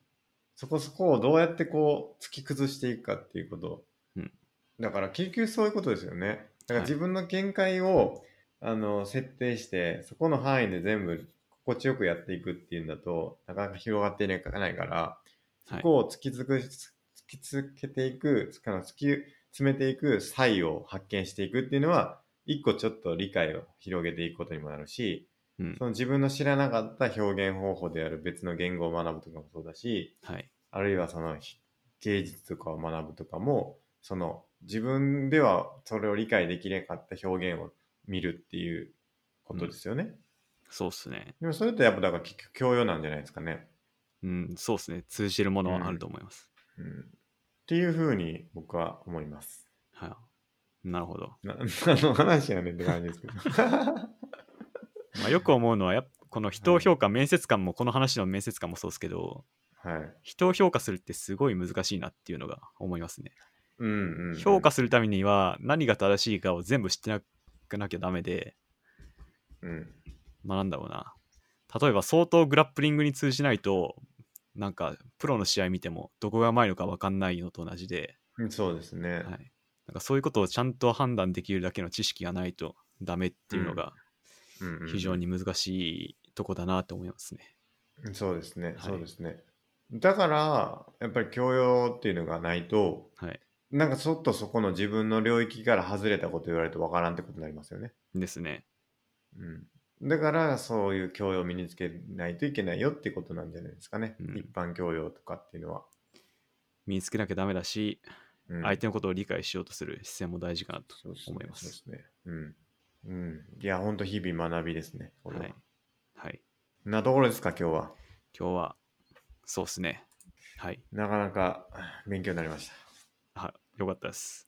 S1: そこそこをどうやってこう突き崩していくかっていうこと。
S2: うん
S1: だから結局そういうことですよね。だから
S2: はい
S1: 自分の見解を、あの設定して、そこの範囲で全部心地よくやっていくっていうんだとなかなか広がっていないから、そ
S2: はい。
S1: こを突きつく、突きつけていく、つかの突き詰めていく才を発見していくっていうのは、一個ちょっと理解を広げていくことにもなるし、
S2: うん
S1: そ。の自分の知らなかった表現方法である別の言語を学ぶとかもそうだし、
S2: はい。
S1: あるいはそのひ芸術とかを学ぶとかも、その自分ではそれを理解できなかった表現を見るっていうことですよね。
S2: そうっすね。
S1: でもそれってやっぱだから結局教養なんじゃないですかね。
S2: うん。そうっすね。通じるものはあると思います。
S1: うん、っていうふうに僕は思います。
S2: はい。なるほど。
S1: な何の話やねんって感じですけど。 (laughs)
S2: まあ、よく思うのは、やっぱこの人を評価、面接官も、この話の面接官もそうですけど、
S1: はい。
S2: 人を評価するってすごい難しいなっていうのが思いますね。
S1: うんうん、うん。
S2: 評価するためには何が正しいかを全部知ってなくなきゃダメで、
S1: うん。
S2: まあ、なんだろうな。例えば相当グラップリングに通じないと、なんかプロの試合見てもどこがうまいのか分かんないのと同じで、
S1: うんそうですね。
S2: はい、なんかそういうことをちゃんと判断できるだけの知識がないとダメっていうのが
S1: うんうん
S2: 非常。に難しいとこだなと思いますね。
S1: そうですね
S2: い。
S1: そうですね。だから、やっぱり教養っていうのがないと、
S2: はい、
S1: なんかちょっとそこの自分の領域から外れたこと言われるとわからんってことになりますよね。
S2: ですね。
S1: うん。だから、そういう教養を身につけないといけないよってことなんじゃないですかね。
S2: うん
S1: 一般教養とかっていうのは。
S2: 身につけなきゃダメだし、
S1: うん
S2: 相手のことを理解しようとする姿勢も大事かなと
S1: そうですね
S2: 思います。
S1: そうですね。うん。うん。いや、ほんと日々学びですね。こ
S2: は
S1: れは。
S2: い、はい。
S1: なところですか、今日は。
S2: 今日は、そうですね。はい。
S1: なかなか勉強になりました。
S2: はよかったです。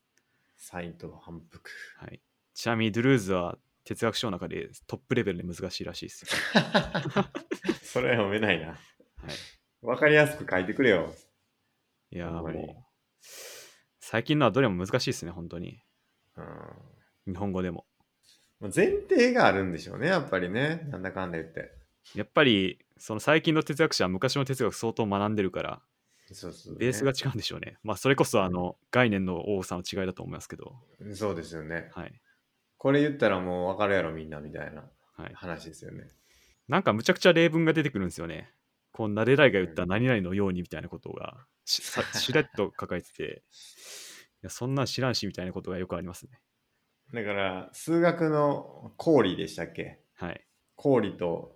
S1: 斎藤反
S2: (laughs)
S1: 復。
S2: はい、ちなみにドゥルーズは哲学書の中でトップレベルで難しいらしいですよ。
S1: それは読めないな。
S2: はい、
S1: わかりやすく書いてくれよ。
S2: いやー
S1: あんまり
S2: もう最近のはどれも難しいですね、本当に。
S1: うん。
S2: 日本語でも。
S1: まあ前提があるんでしょうね、やっぱりね。なんだかんだ言って。
S2: やっぱりその最近の哲学者は昔の哲学相当学んでるから
S1: そうそう、ね。
S2: ベースが違うんでしょうね。まあそれこそあの概念の多さの違いだと思いますけど。
S1: そうですよね。
S2: はい。
S1: これ言ったらもうわかるやろ、みんな、みたいな
S2: はい、
S1: 話ですよね。
S2: なんかむちゃくちゃ例文が出てくるんですよね。こんな例題が言った何々のようにみたいなことがしさしれっと書かれてて、いやそんなん知らんしみたいなことがよくありますね。
S1: だから、数学の公理でしたっけ
S2: はい。
S1: 公理と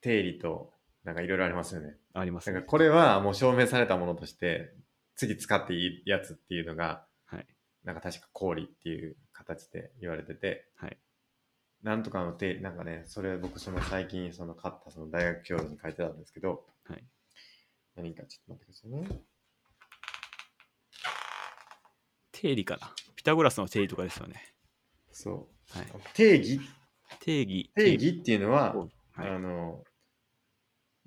S1: 定理と、なんかいろいろありますよね。
S2: あります
S1: なん
S2: ね
S1: か。これはもう証明されたものとして、次使っていいやつっていうのが、
S2: はい。
S1: なんか確か氷っていう形で言われてて、
S2: はい。
S1: なんとかの定理、なんかね、それ僕その最近その買ったその大学教授に書いてたんですけど、
S2: はい。
S1: 何かちょっと待ってくださいね。
S2: 定理かな。ピタゴラスの定理とかですよね。
S1: そ。。
S2: はいう
S1: 定義、
S2: 定義。
S1: 定義っていうのは、
S2: はい。
S1: あの、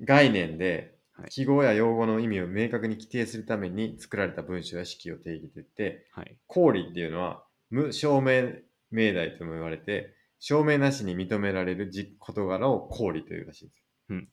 S1: 概念で
S2: はい、
S1: 記号や用語の意味を明確に規定するために作られた文章や式を定義って言って、
S2: はい。
S1: 公理っていうのは無証明命題とも言われて証明なしに認められる実事柄を公理というらしいです。
S2: うん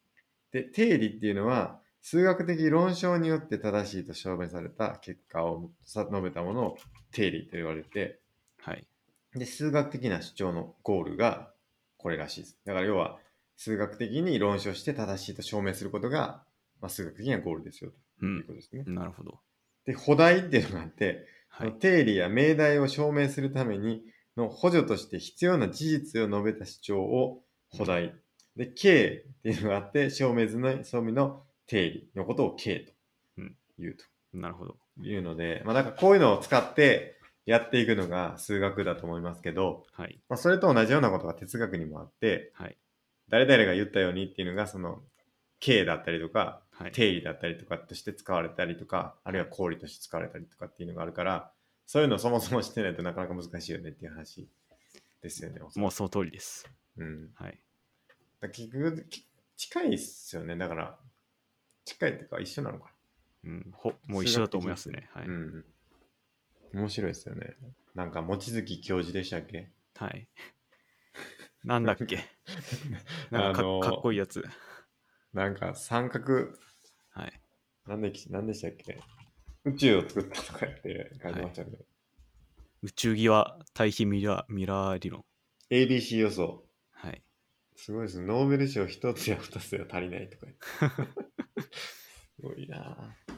S1: で定理っていうのは数学的論証によって正しいと証明された結果をさ述べたものを定理と言われて
S2: はい。
S1: で数学的な主張のゴールがこれらしいです。だから要は数学的に論証して正しいと証明することが、まあ、数学的なゴールですよ
S2: う
S1: というんこ。とですね。
S2: なるほど。
S1: で補題っていうのがあって
S2: は
S1: そ
S2: い
S1: の。定理や命題を証明するためにの補助として必要な事実を述べた主張を補題。で、K っていうのがあって、証明済み証明の定理のことを K と
S2: うん
S1: 言うと
S2: なるほど。
S1: いうので、まあなんかこういうのを使ってやっていくのが数学だと思いますけど、
S2: はい。
S1: まあそれと同じようなことが哲学にもあって、
S2: はい。
S1: 誰々が言ったようにっていうのがその K だったりとか、
S2: はい。
S1: 定理だったりとかとして使われたりとか、あるいは公理として使われたりとかっていうのがあるから、そういうのそもそもしてないとなかなか難しいよねっていう話ですよね。おそら
S2: もうその通りです。
S1: くうん、
S2: はい。
S1: だ結局き近いっすよねだから近いっていうか一緒なのか
S2: うん、ほもう一緒だと思いますね。は
S1: な、
S2: い。
S1: うん面白いですよねなんか望月教授でしたっけ
S2: はい。なんだっ
S1: (laughs)
S2: けなんかか,、
S1: あのー
S2: かっこいいやつ。
S1: なんか三角
S2: はい。
S1: なんでなんでしたっけ宇宙を作ったとかやって書いてましたけど、
S2: 宇宙際対比ミラーミラー理論。
S1: ABC 予想
S2: はい。
S1: すごいですねノーベル賞一つや二つでは足りないとか言ってすごいなぁ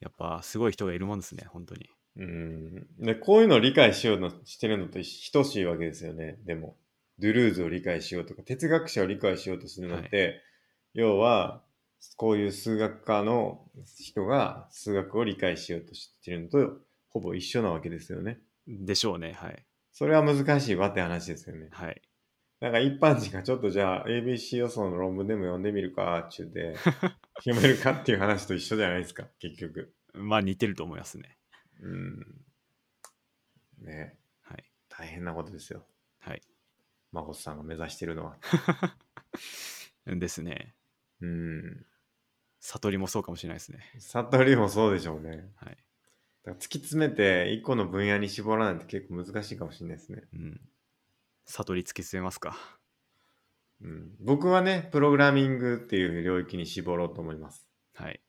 S2: やっぱすごい人がいるもんですね、本当に。
S1: うんでこういうのを理解しようのしてるのと一等しいわけですよねでもドゥルーズを理解しようとか哲学者を理解しようとするのって、要はこういう数学科の人が数学を理解しようとしてるのとほぼ一緒なわけですよね
S2: でしょうね、はい。
S1: それは難しいわって話ですよね
S2: はい。
S1: なんか一般人がちょっとじゃあ ABC 予想の論文でも読んでみるかっちゅう
S2: (laughs)
S1: て読めるかっていう話と一緒じゃないですか結局
S2: まあ似てると思いますね。
S1: うんね
S2: はい。
S1: 大変なことですよ
S2: はい。
S1: 真帆さんが目指してるのは。
S2: ですね。
S1: うん。
S2: 悟りもそうかもしれないですね。
S1: 悟りもそうでしょうね。
S2: はい。
S1: だから突き詰めて一個の分野に絞らないって結構難しいかもしれないですね。
S2: うん。悟り突き進めますか。
S1: うん。僕はね、プログラミングっていう領域に絞ろうと思います。
S2: はい。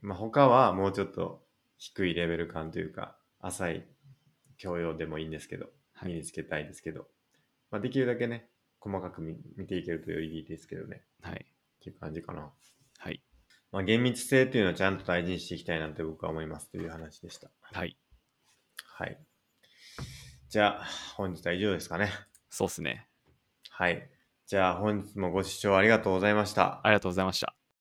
S1: まあ他はもうちょっと低いレベル感というか、浅い教養でもいいんですけど、
S2: は
S1: 身
S2: い。
S1: につけたいですけど、まあできるだけね、細かく見見ていけるとよりいいですけどね。
S2: はい。
S1: っていう感じかな。
S2: はい。
S1: まあ厳密性っていうのはちゃんと大事にしていきたいなって僕は思いますという話でした。
S2: はい。
S1: はい。じゃあ、本日は以上ですかね。
S2: そうっすね。
S1: はい。じゃあ、本日もご視聴ありがとうございました。
S2: ありがとうございました。